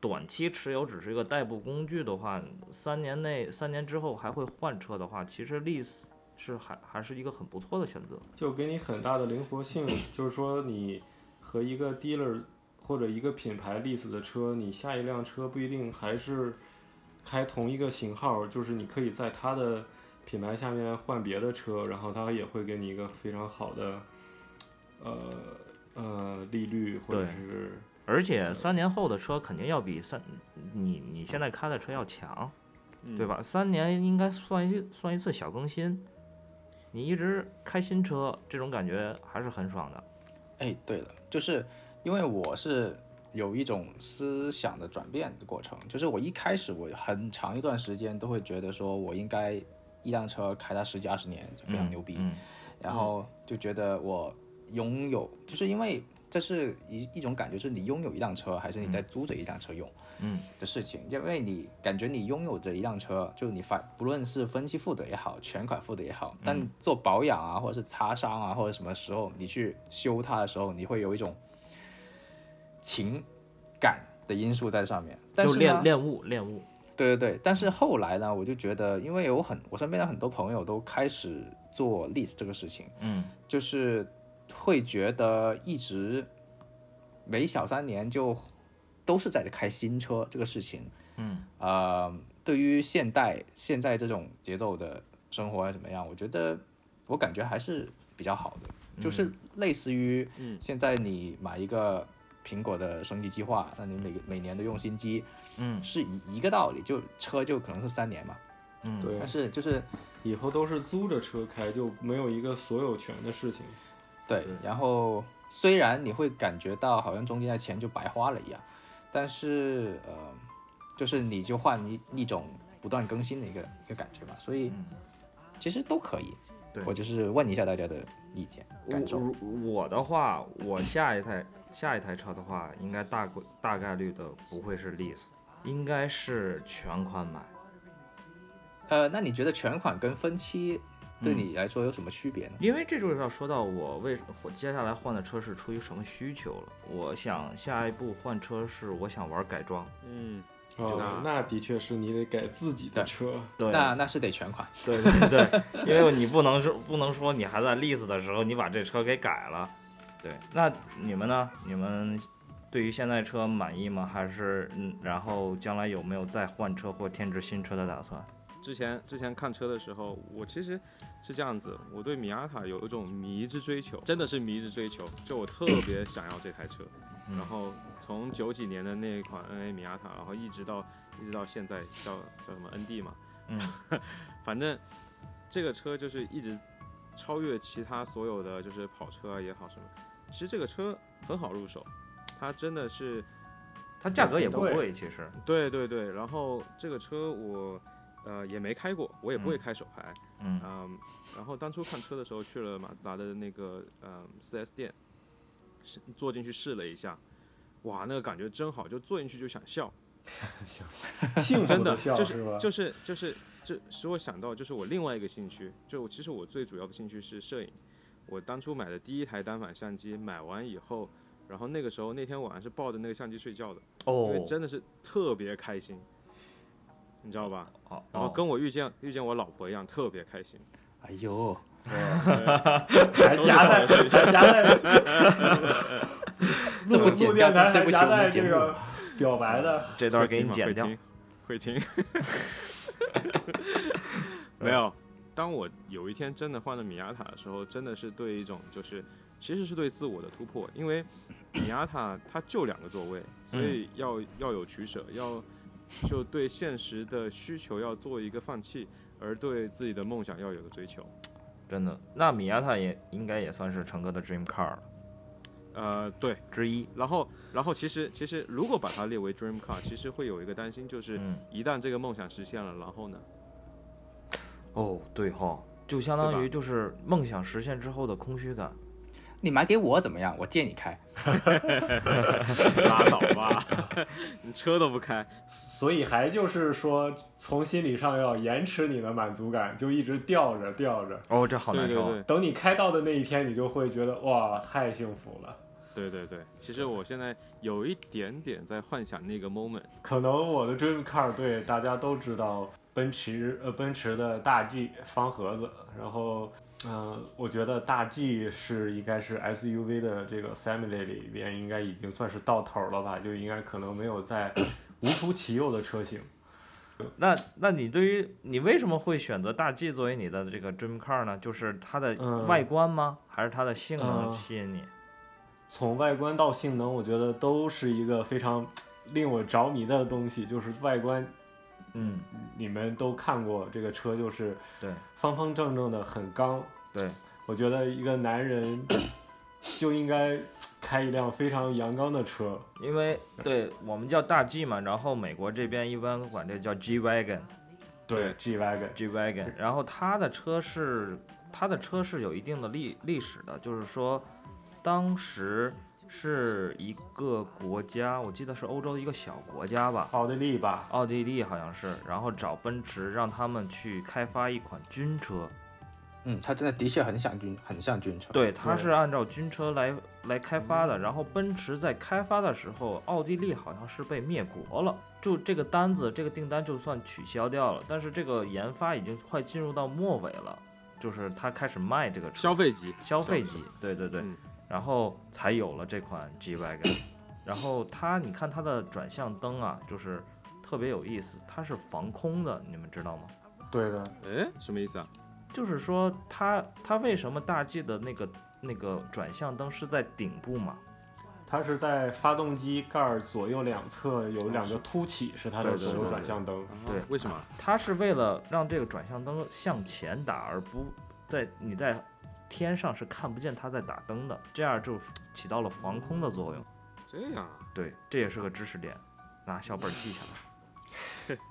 Speaker 1: 短期持有只是一个代步工具的话，三年内三年之后还会换车的话，其实 lease 是还还是一个很不错的选择。
Speaker 3: 就给你很大的灵活性，就是说你和一个 dealer 或者一个品牌 list 的车，你下一辆车不一定还是开同一个型号，就是你可以在它的品牌下面换别的车，然后它也会给你一个非常好的呃呃利率或者
Speaker 1: 对
Speaker 3: 是
Speaker 1: 而且三年后的车肯定要比三你你现在开的车要强，
Speaker 4: 嗯
Speaker 1: 对？吧？三年应该算一算一次小更新，你一直开新车，这种感觉还是很爽的。
Speaker 2: 哎，对了，就是因为我是有一种思想的转变的过程，就是我一开始我很长一段时间都会觉得说我应该一辆车开它十几二十年就非常
Speaker 1: 嗯
Speaker 2: 牛逼，
Speaker 1: 嗯
Speaker 2: 然后就觉得我拥有，就是因为这是一一种感觉，就是你拥有一辆车还是你在租着一辆车用。
Speaker 1: 嗯
Speaker 2: 的事情，因为你感觉你拥有着一辆车，就你反不论是分期付的也好，全款付的也好，但做保养啊，或者是擦伤啊，或者什么时候你去修它的时候，你会有一种情感的因素在上面。但
Speaker 1: 就是
Speaker 2: 呢
Speaker 1: 练，练物练物，
Speaker 2: 对对对，但是后来呢，我就觉得，因为有很我身边的很多朋友都开始做 list 这个事情，
Speaker 1: 嗯
Speaker 2: 就是会觉得一直每小三年就都是在开新车这个事情。
Speaker 1: 嗯
Speaker 2: 呃，对于现代现在这种节奏的生活啊怎么样，我觉得我感觉还是比较好
Speaker 1: 嗯
Speaker 2: 的，就是类似于
Speaker 4: 嗯
Speaker 2: 现在你买一个苹果的升级计划，那你每每年都用新机，
Speaker 1: 嗯
Speaker 2: 是一一个道理，就车就可能是三年嘛，
Speaker 1: 嗯，
Speaker 3: 对
Speaker 4: 哎
Speaker 2: 但是就是
Speaker 3: 以后都是租着车开，就没有一个所有权的事情。
Speaker 2: 对，然后虽然你会感觉到好像中间的钱就白花了一样，但是呃，就是你就换一一种不断更新的一个一个感觉嘛，所
Speaker 3: 嗯
Speaker 2: 以其实都可以。
Speaker 1: 对
Speaker 2: 我就是问一下大家的意见感受。
Speaker 1: 我我的话，我下一台下一台车的话，应该大规大概率的不会是 lease，应该是全款买。
Speaker 2: 呃，那你觉得全款跟分期
Speaker 3: 嗯
Speaker 2: 对你来说有什么区别呢？
Speaker 1: 因为这就是要说到我为我接下来换的车是出于什么需求了。我想下一步换车是我想玩改装，
Speaker 4: 嗯，
Speaker 3: 哦，那的确是你得改自己
Speaker 2: 对
Speaker 3: 的车。
Speaker 1: 对
Speaker 2: 那那是得全款。
Speaker 1: 对对对，因为你不能说不能说你还在 lease 的时候你把这车给改了，对。那你们呢？你们对于现在车满意吗？还是嗯，然后将来有没有再换车或添置新车的打算？
Speaker 4: 之前之前看车的时候，我其实是这样子，我对米亚塔有一种迷之追求，真的是迷之追求， 就我特别想要这台车，
Speaker 1: 嗯
Speaker 4: 然后从九几年的那一款 NA 米亚塔，然后一直到一直到现在叫叫什么 ND 嘛，
Speaker 1: 嗯，
Speaker 4: 反正这个车就是一直超越其他所有的就是跑车啊也好什么，其实这个车很好入手，它真的是
Speaker 1: 它价格也不
Speaker 3: 对
Speaker 1: 贵，其实，
Speaker 4: 对对对，然后这个车我呃也没开过，我也不会开手牌。
Speaker 1: 嗯
Speaker 4: 嗯，然后当初看车的时候去了马自达的那个嗯 4S 店，是坐进去试了一下，哇，那个感觉真好，就坐进去就想笑，
Speaker 3: 幸福
Speaker 4: 真
Speaker 3: 的
Speaker 4: 的
Speaker 3: 笑
Speaker 4: 就是
Speaker 3: 吧？
Speaker 4: 就是就是这使我想到就是我另外一个兴趣，就我其实我最主要的兴趣是摄影，我当初买的第一台单反相机，买完以后，然后那个时候那天晚上是抱着那个相机睡觉的，因为
Speaker 1: 哦，
Speaker 4: 真的是特别开心，你知道吧？
Speaker 1: 哦，
Speaker 4: 然后
Speaker 1: 哦
Speaker 4: 跟我遇见遇见我老婆一样，特别开心。
Speaker 2: 哎呦，
Speaker 3: 还夹带还夹带
Speaker 2: 这
Speaker 3: 录
Speaker 2: 不剪
Speaker 3: 录
Speaker 2: 掉，
Speaker 3: 电
Speaker 2: 这
Speaker 3: 台
Speaker 2: 对不
Speaker 3: 还
Speaker 2: 起
Speaker 3: 夹
Speaker 2: 我
Speaker 3: 带
Speaker 2: 们节
Speaker 3: 这
Speaker 2: 目。
Speaker 3: 个表白的，
Speaker 4: 嗯
Speaker 1: 这段给你剪掉。
Speaker 4: 会听 吗，会听。没有，当我有一天真的换了米亚塔的时候，真的是对一种就是，其实是对自我的突破，因为米亚塔它就两个座位，所
Speaker 1: 嗯
Speaker 4: 以要、要有取舍，要就对现实的需求要做一个放弃，而对自己的梦想要有个追求。
Speaker 1: 真的，那米亚塔也应该也算是成哥的 dream car
Speaker 4: 呃，对，
Speaker 1: 之一。
Speaker 4: 然后，然后其实其实如果把它列为 dream car，其实会有一个担心，就是
Speaker 1: 嗯，
Speaker 4: 一旦这个梦想实现了，然后呢？
Speaker 1: 哦，对哈、就相当
Speaker 4: 对
Speaker 1: 于
Speaker 4: 吧
Speaker 1: 就是梦想实现之后的空虚感。
Speaker 2: 你买给我怎么样？我借你开。
Speaker 4: 拉倒吧， 你车都不开，
Speaker 3: 所以还就是说，从心理上要延迟你的满足感，就一直吊着吊着，
Speaker 1: 哦，这好
Speaker 4: 对
Speaker 1: 难
Speaker 4: 对
Speaker 1: 受啊。
Speaker 4: 对
Speaker 3: 等你开到的那一天，你就会觉得哇，太幸福了。
Speaker 4: 对对对。其实我现在有一点点在幻想那个 moment，
Speaker 3: 可能我的 dream car 对大家都知道，奔驰呃奔驰的大 G 方盒子，然后嗯，我觉得大 G 是应该是 SUV 的这个 family 里边，应该已经算是到头了吧，就应该可能没有再无出其右的车型。
Speaker 1: 那那你对于你为什么会选择大 G 作为你的这个 dream car 呢？就是它的
Speaker 3: 嗯
Speaker 1: 外观吗？还是它的性能
Speaker 3: 嗯
Speaker 1: 吸引你？
Speaker 3: 从外观到性能，我觉得都是一个非常令我着迷的东西。就是外观，
Speaker 1: 嗯，
Speaker 3: 你们都看过这个车，就是
Speaker 1: 对
Speaker 3: 方方正正的，很刚。
Speaker 1: 对，
Speaker 3: 我觉得一个男人就应该开一辆非常阳刚的车。
Speaker 1: 因为对我们叫大 G 嘛，然后美国这边一般管这叫 G wagon。
Speaker 4: 对
Speaker 3: ，G wagon。
Speaker 1: G wagon，然后它的车是它的车是有一定的历历史的，就是说当时是一个国家，我记得是欧洲的一个小国家吧，
Speaker 3: 奥地利吧，
Speaker 1: 奥地利好像是，然后找奔驰让他们去开发一款军车，
Speaker 2: 嗯，它真的的确很像军，很像军车。，
Speaker 1: 对，它是按照军车来来开发的。然后奔驰在开发的时候，奥地利好像是被灭国了，就这个单子，这个订单就算取消掉了。但是这个研发已经快进入到末尾了，就是它开始卖这个车，
Speaker 4: 消费级，
Speaker 1: 消费级，对对对，
Speaker 4: 嗯
Speaker 1: 然后才有了这款 G wagon。然后它，你看它的转向灯啊，就是特别有意思，它是防空的，你们知道吗？
Speaker 3: 对的，
Speaker 4: 哎，什么意思啊？
Speaker 1: 就是说它它为什么大 G 的那个那个转向灯是在顶部嘛？
Speaker 3: 它是在发动机盖儿左右两侧有两个凸起，是它的
Speaker 1: 对对
Speaker 3: 左右
Speaker 1: 对
Speaker 3: 转向灯。
Speaker 4: 啊
Speaker 1: 对
Speaker 4: 为 什么？
Speaker 1: 它是为了让这个转向灯向前打，而不在你在天上是看不见它在打灯的，这样就起到了防空的作用。
Speaker 4: 这样啊，
Speaker 1: 对，这也是个知识点，拿小本儿记下来。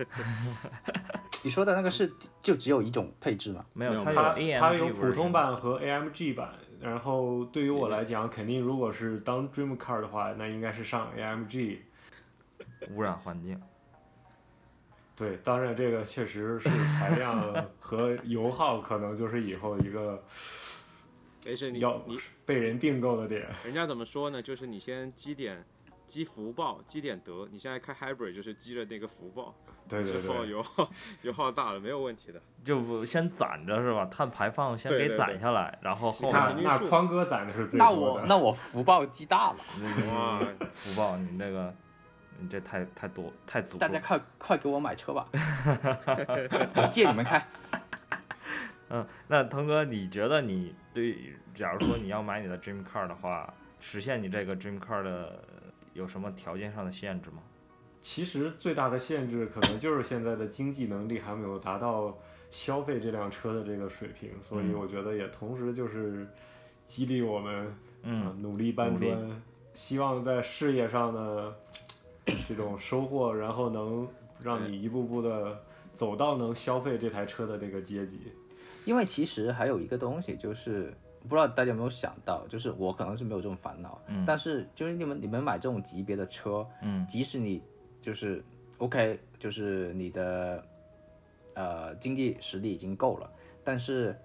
Speaker 2: 你说的那个是就只有一种配置嘛？
Speaker 1: 没有，
Speaker 4: 没有
Speaker 1: 它
Speaker 3: 它
Speaker 1: AMG
Speaker 3: 它有普
Speaker 1: version
Speaker 3: 通版和 AMG 版，然后对于我来讲，肯定如果是当 Dream Car 的话，那应该是上 AMG。
Speaker 1: 污染环境。
Speaker 3: 对，当然这个确实是排量和油耗，可能就是以后一个
Speaker 4: 没事，哎你
Speaker 3: 要
Speaker 4: 你
Speaker 3: 被人并购的点。
Speaker 4: 人家怎么说呢？就是你先积点积福报，积点德。你现在开 hybrid 就是积了那个福报，
Speaker 3: 对对
Speaker 4: 之后
Speaker 3: 对，
Speaker 4: 油耗油耗大了没有问题的。
Speaker 1: 就不先攒着是吧？碳排放先
Speaker 4: 对
Speaker 1: 给
Speaker 4: 对
Speaker 1: 攒
Speaker 4: 对
Speaker 1: 下来，然后后
Speaker 4: 你
Speaker 3: 那
Speaker 1: 面
Speaker 4: 看肯定
Speaker 3: 那
Speaker 4: 是
Speaker 3: 宽哥攒的是最
Speaker 2: 那
Speaker 3: 多
Speaker 2: 我
Speaker 3: 的。
Speaker 2: 那我福报积大了，
Speaker 4: 哇，
Speaker 1: 福报，你这个你这太太多太足够
Speaker 2: 大
Speaker 1: 了
Speaker 2: 家。快快给我买车吧， 我借你们开。
Speaker 1: 嗯，那腾哥，你觉得你对于，假如说你要买你的 dream car 的话，实现你这个 dream car 的有什么条件上的限制吗？
Speaker 3: 其实最大的限制可能就是现在的经济能力还没有达到消费这辆车的这个水平，所以
Speaker 1: 嗯
Speaker 3: 我觉得也同时就是激励我们、啊
Speaker 1: 嗯，
Speaker 3: 努力搬
Speaker 1: 努力
Speaker 3: 砖，希望在事业上的这种收获，然后能让你一步步的走到能消费这台车的这个阶级。
Speaker 2: 因为其实还有一个东西，就是不知道大家有没有想到，就是我可能是没有这种烦恼，
Speaker 1: 嗯
Speaker 2: 但是就是你们你们买这种级别的车，
Speaker 1: 嗯，
Speaker 2: 即使你就是 OK，就是你的呃经济实力已经够了，但是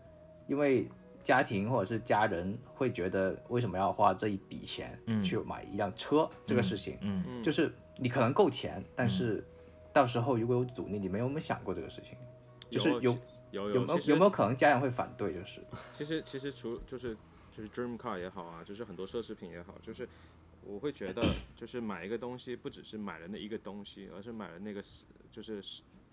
Speaker 2: 因为家庭或者是家人会觉得为什么要花这一笔钱
Speaker 1: 嗯
Speaker 2: 去买一辆车、这个事情，
Speaker 1: 嗯
Speaker 4: 嗯
Speaker 2: 就是你可能够钱，但是到时候如果有阻力，你们有没有想过这个事情？就是有
Speaker 4: 有
Speaker 2: 有没有
Speaker 4: 其实
Speaker 2: 有没有可能家人会反对？就是
Speaker 4: 其实其实除就是就是 dream car 也好啊，就是很多奢侈品也好，就是我会觉得就是买一个东西不只是买了那一个东西，而是买了那个就是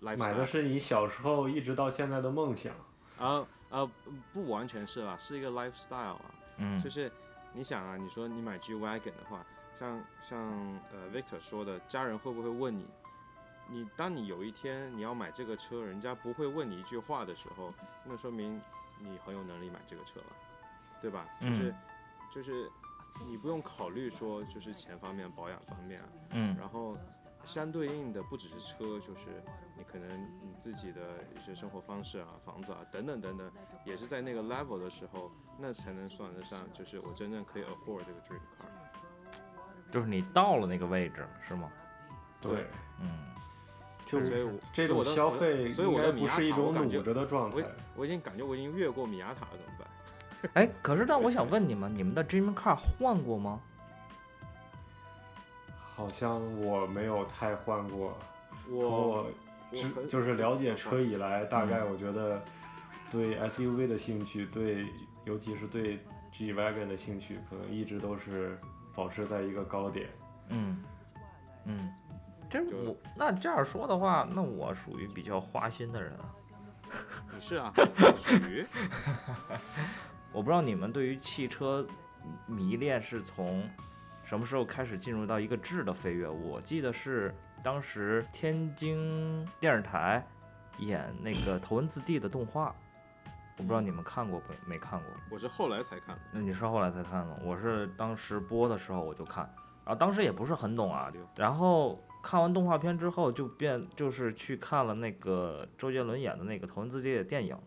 Speaker 3: 买的
Speaker 4: lifestyle
Speaker 3: 是你小时候一直到现在的梦想。
Speaker 4: 啊啊不完全是啦，是一个 lifestyle 啊，
Speaker 1: 嗯
Speaker 4: 就是你想啊，你说你买 G wagon 的话，像像呃 Victor 说的，家人会不会问你？你当你有一天你要买这个车，人家不会问你一句话的时候，那说明你很有能力买这个车了，对吧？就是、
Speaker 1: 嗯
Speaker 4: 就是你不用考虑说就是钱方面、保养方面啊，
Speaker 1: 嗯
Speaker 4: 然后相对应的不只是车，就是你可能你自己的一些生活方式啊、房子啊等等等等，也是在那个 level 的时候，那才能算得上，就是我真正可以 afford 这个 dream car。
Speaker 1: 就是你到了那个位置是吗？
Speaker 3: 对，
Speaker 1: 嗯
Speaker 3: 就
Speaker 4: 所以我所
Speaker 3: 这
Speaker 4: 以
Speaker 3: 种
Speaker 4: 我的
Speaker 3: 消费
Speaker 4: 所以我
Speaker 3: 应
Speaker 4: 的
Speaker 3: 该不是一种努着的状
Speaker 4: 我
Speaker 3: 态。
Speaker 4: 我已经感觉我已经越过米亚塔了，怎么办？
Speaker 1: 哎，可是但我想问你们，你们的 dream car 换过吗？
Speaker 3: 好像我没有太换过，从
Speaker 4: 我
Speaker 3: 我嗯
Speaker 4: 我
Speaker 3: 知
Speaker 4: 很
Speaker 3: 就是了解车以来，大概我觉得对 SUV 的兴趣，对尤其是对 G wagon 的兴趣，可能一直都是保持在一个高点。
Speaker 1: 嗯，嗯，这
Speaker 4: 就
Speaker 1: 我那这样说的话，那我属于比较花心的人啊。
Speaker 4: 你是啊，你属于
Speaker 1: 我不知道你们对于汽车迷恋是从什么时候开始进入到一个质的飞跃？我记得是当时天津电视台演那个《头文字 D》的动画，我不知道你们看过没？没看过。
Speaker 4: 我是后来才看的，
Speaker 1: 那你是后来才看的，我是当时播的时候我就看，然后当时也不是很懂啊，然后看完动画片之后就变就是去看了那个周杰伦演的那个《头文字 D》的电影，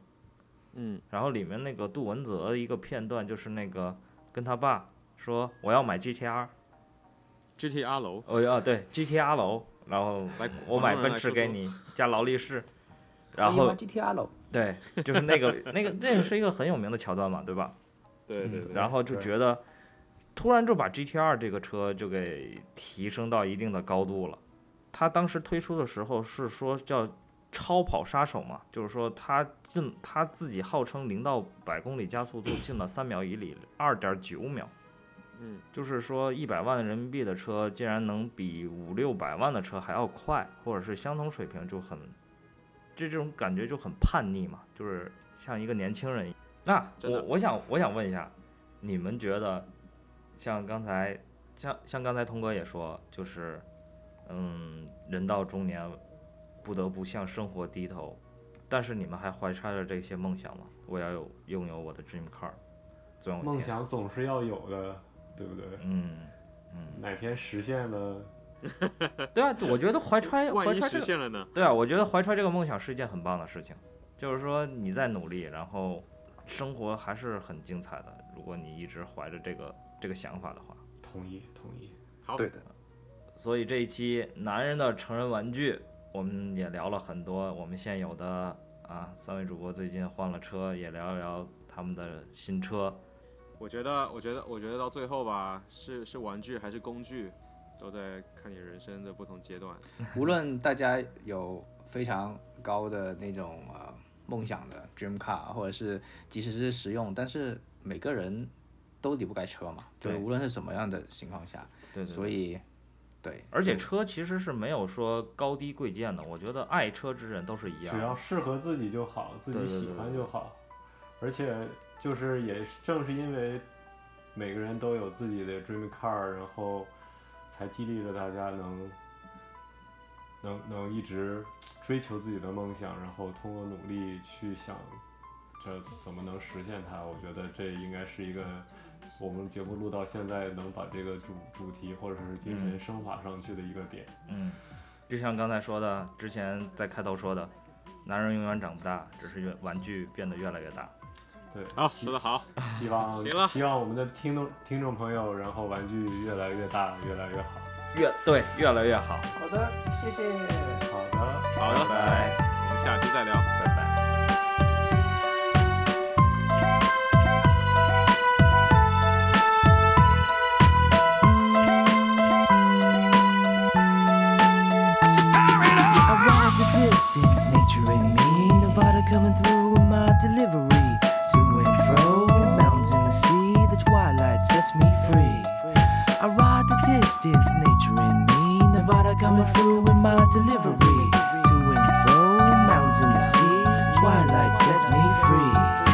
Speaker 4: 嗯，
Speaker 1: 然后里面那个杜文泽的一个片段就是那个跟他爸说我要买 GTR，
Speaker 4: GTR 楼
Speaker 1: 哦啊对 GTR 楼，然后
Speaker 4: 来，
Speaker 1: 我买
Speaker 4: 广东人
Speaker 1: 奔
Speaker 4: 来
Speaker 1: 驰
Speaker 4: 说
Speaker 1: 给
Speaker 4: 说，
Speaker 1: 你加劳力士，然
Speaker 2: 哎
Speaker 1: 后
Speaker 2: GTR
Speaker 1: 对就是那个那个那个是一个很有名的桥段嘛，对吧？
Speaker 4: 对对对，
Speaker 1: 然
Speaker 4: 后
Speaker 1: 后就
Speaker 3: 对
Speaker 1: 觉得突然就把 GTR 这个车就给提升到一定的高度了。它当时推出的时候是说叫超跑杀手嘛，就是说它进它自己号称零到百公里加速度进了三秒以里，二点九秒。
Speaker 4: 嗯，
Speaker 1: 就是说一百万人民币的车竟然能比五六百万的车还要快，或者是相同水平，就很这这种感觉就很叛逆嘛，就是像一个年轻人一样。那
Speaker 4: 真
Speaker 1: 我
Speaker 4: 的
Speaker 1: 我想我想问一下，你们觉得像刚才像像刚才童哥也说，就是嗯，人到中年不得不向生活低头，但是你们还怀揣着这些梦想吗？我要有拥有我的 dream car，总有一
Speaker 3: 梦
Speaker 1: 天，
Speaker 3: 想总是要有的，对不对？
Speaker 1: 嗯嗯。
Speaker 3: 哪天实现了，
Speaker 1: 对啊，我觉得怀揣怀
Speaker 4: 万一
Speaker 1: 揣
Speaker 4: 实
Speaker 1: 这个，
Speaker 4: 现了呢？
Speaker 1: 对啊，我觉得怀揣这个梦想是一件很棒的事情，就是说你在努力，然后生活还是很精彩的。如果你一直怀着这个这个想法的话，
Speaker 3: 同意同意。
Speaker 4: 好，
Speaker 2: 对的，
Speaker 1: 所以这一期男人的成人玩具，我们也聊了很多我们现有的啊，三位主播最近换了车，也聊一聊他们的新车。
Speaker 4: 我觉得，我觉得，我觉得到最后吧，是是玩具还是工具，都在看你人生的不同阶段。
Speaker 2: 无论大家有非常高的那种呃梦想的 dream car，或者是即使是实用，但是每个人都离不开车嘛，就是
Speaker 1: 对
Speaker 2: 无论是什么样的情况下，
Speaker 1: 对对对
Speaker 2: 所以对，
Speaker 1: 而且
Speaker 2: 就
Speaker 1: 车其实是没有说高低贵贱的，我觉得爱车之人都是一样
Speaker 3: 只
Speaker 1: 的。
Speaker 3: 要适合自己就好，自
Speaker 1: 对
Speaker 3: 己
Speaker 1: 对
Speaker 3: 喜
Speaker 1: 对
Speaker 3: 欢
Speaker 1: 对
Speaker 3: 就好。而且就是也是正是因为每个人都有自己的 dream car，然后才激励着大家能能能一直追求自己的梦想，然后通过努力去想这怎么能实现它。我觉得这应该是一个我们节目录到现在能把这个主主题或者是精神
Speaker 1: 嗯
Speaker 3: 升华上去的一个点。
Speaker 1: 嗯，就像刚才说的，之前在开头说的，男人永远长不大，只是越玩具变得越来越大。
Speaker 3: 对，
Speaker 4: 好，
Speaker 3: 希
Speaker 4: 说得好，
Speaker 3: 希 望
Speaker 4: 行了
Speaker 3: 希望我们的听众听众朋友，然后玩具越来越大，越来越好。
Speaker 1: 越对，越来越好。
Speaker 2: 好的，谢谢。
Speaker 3: 好的。
Speaker 1: 拜
Speaker 4: 好的，
Speaker 1: 拜，
Speaker 4: 我们下期再聊。
Speaker 1: 拜拜。
Speaker 6: I ride the distance, nature in me. Nevada coming through in my delivery. To and fro, the mountains and the sea, the twilight sets me free. I ride the distance, nature in me. Nevada coming through in my delivery. To and fro, the mountains and the sea, twilight sets me free.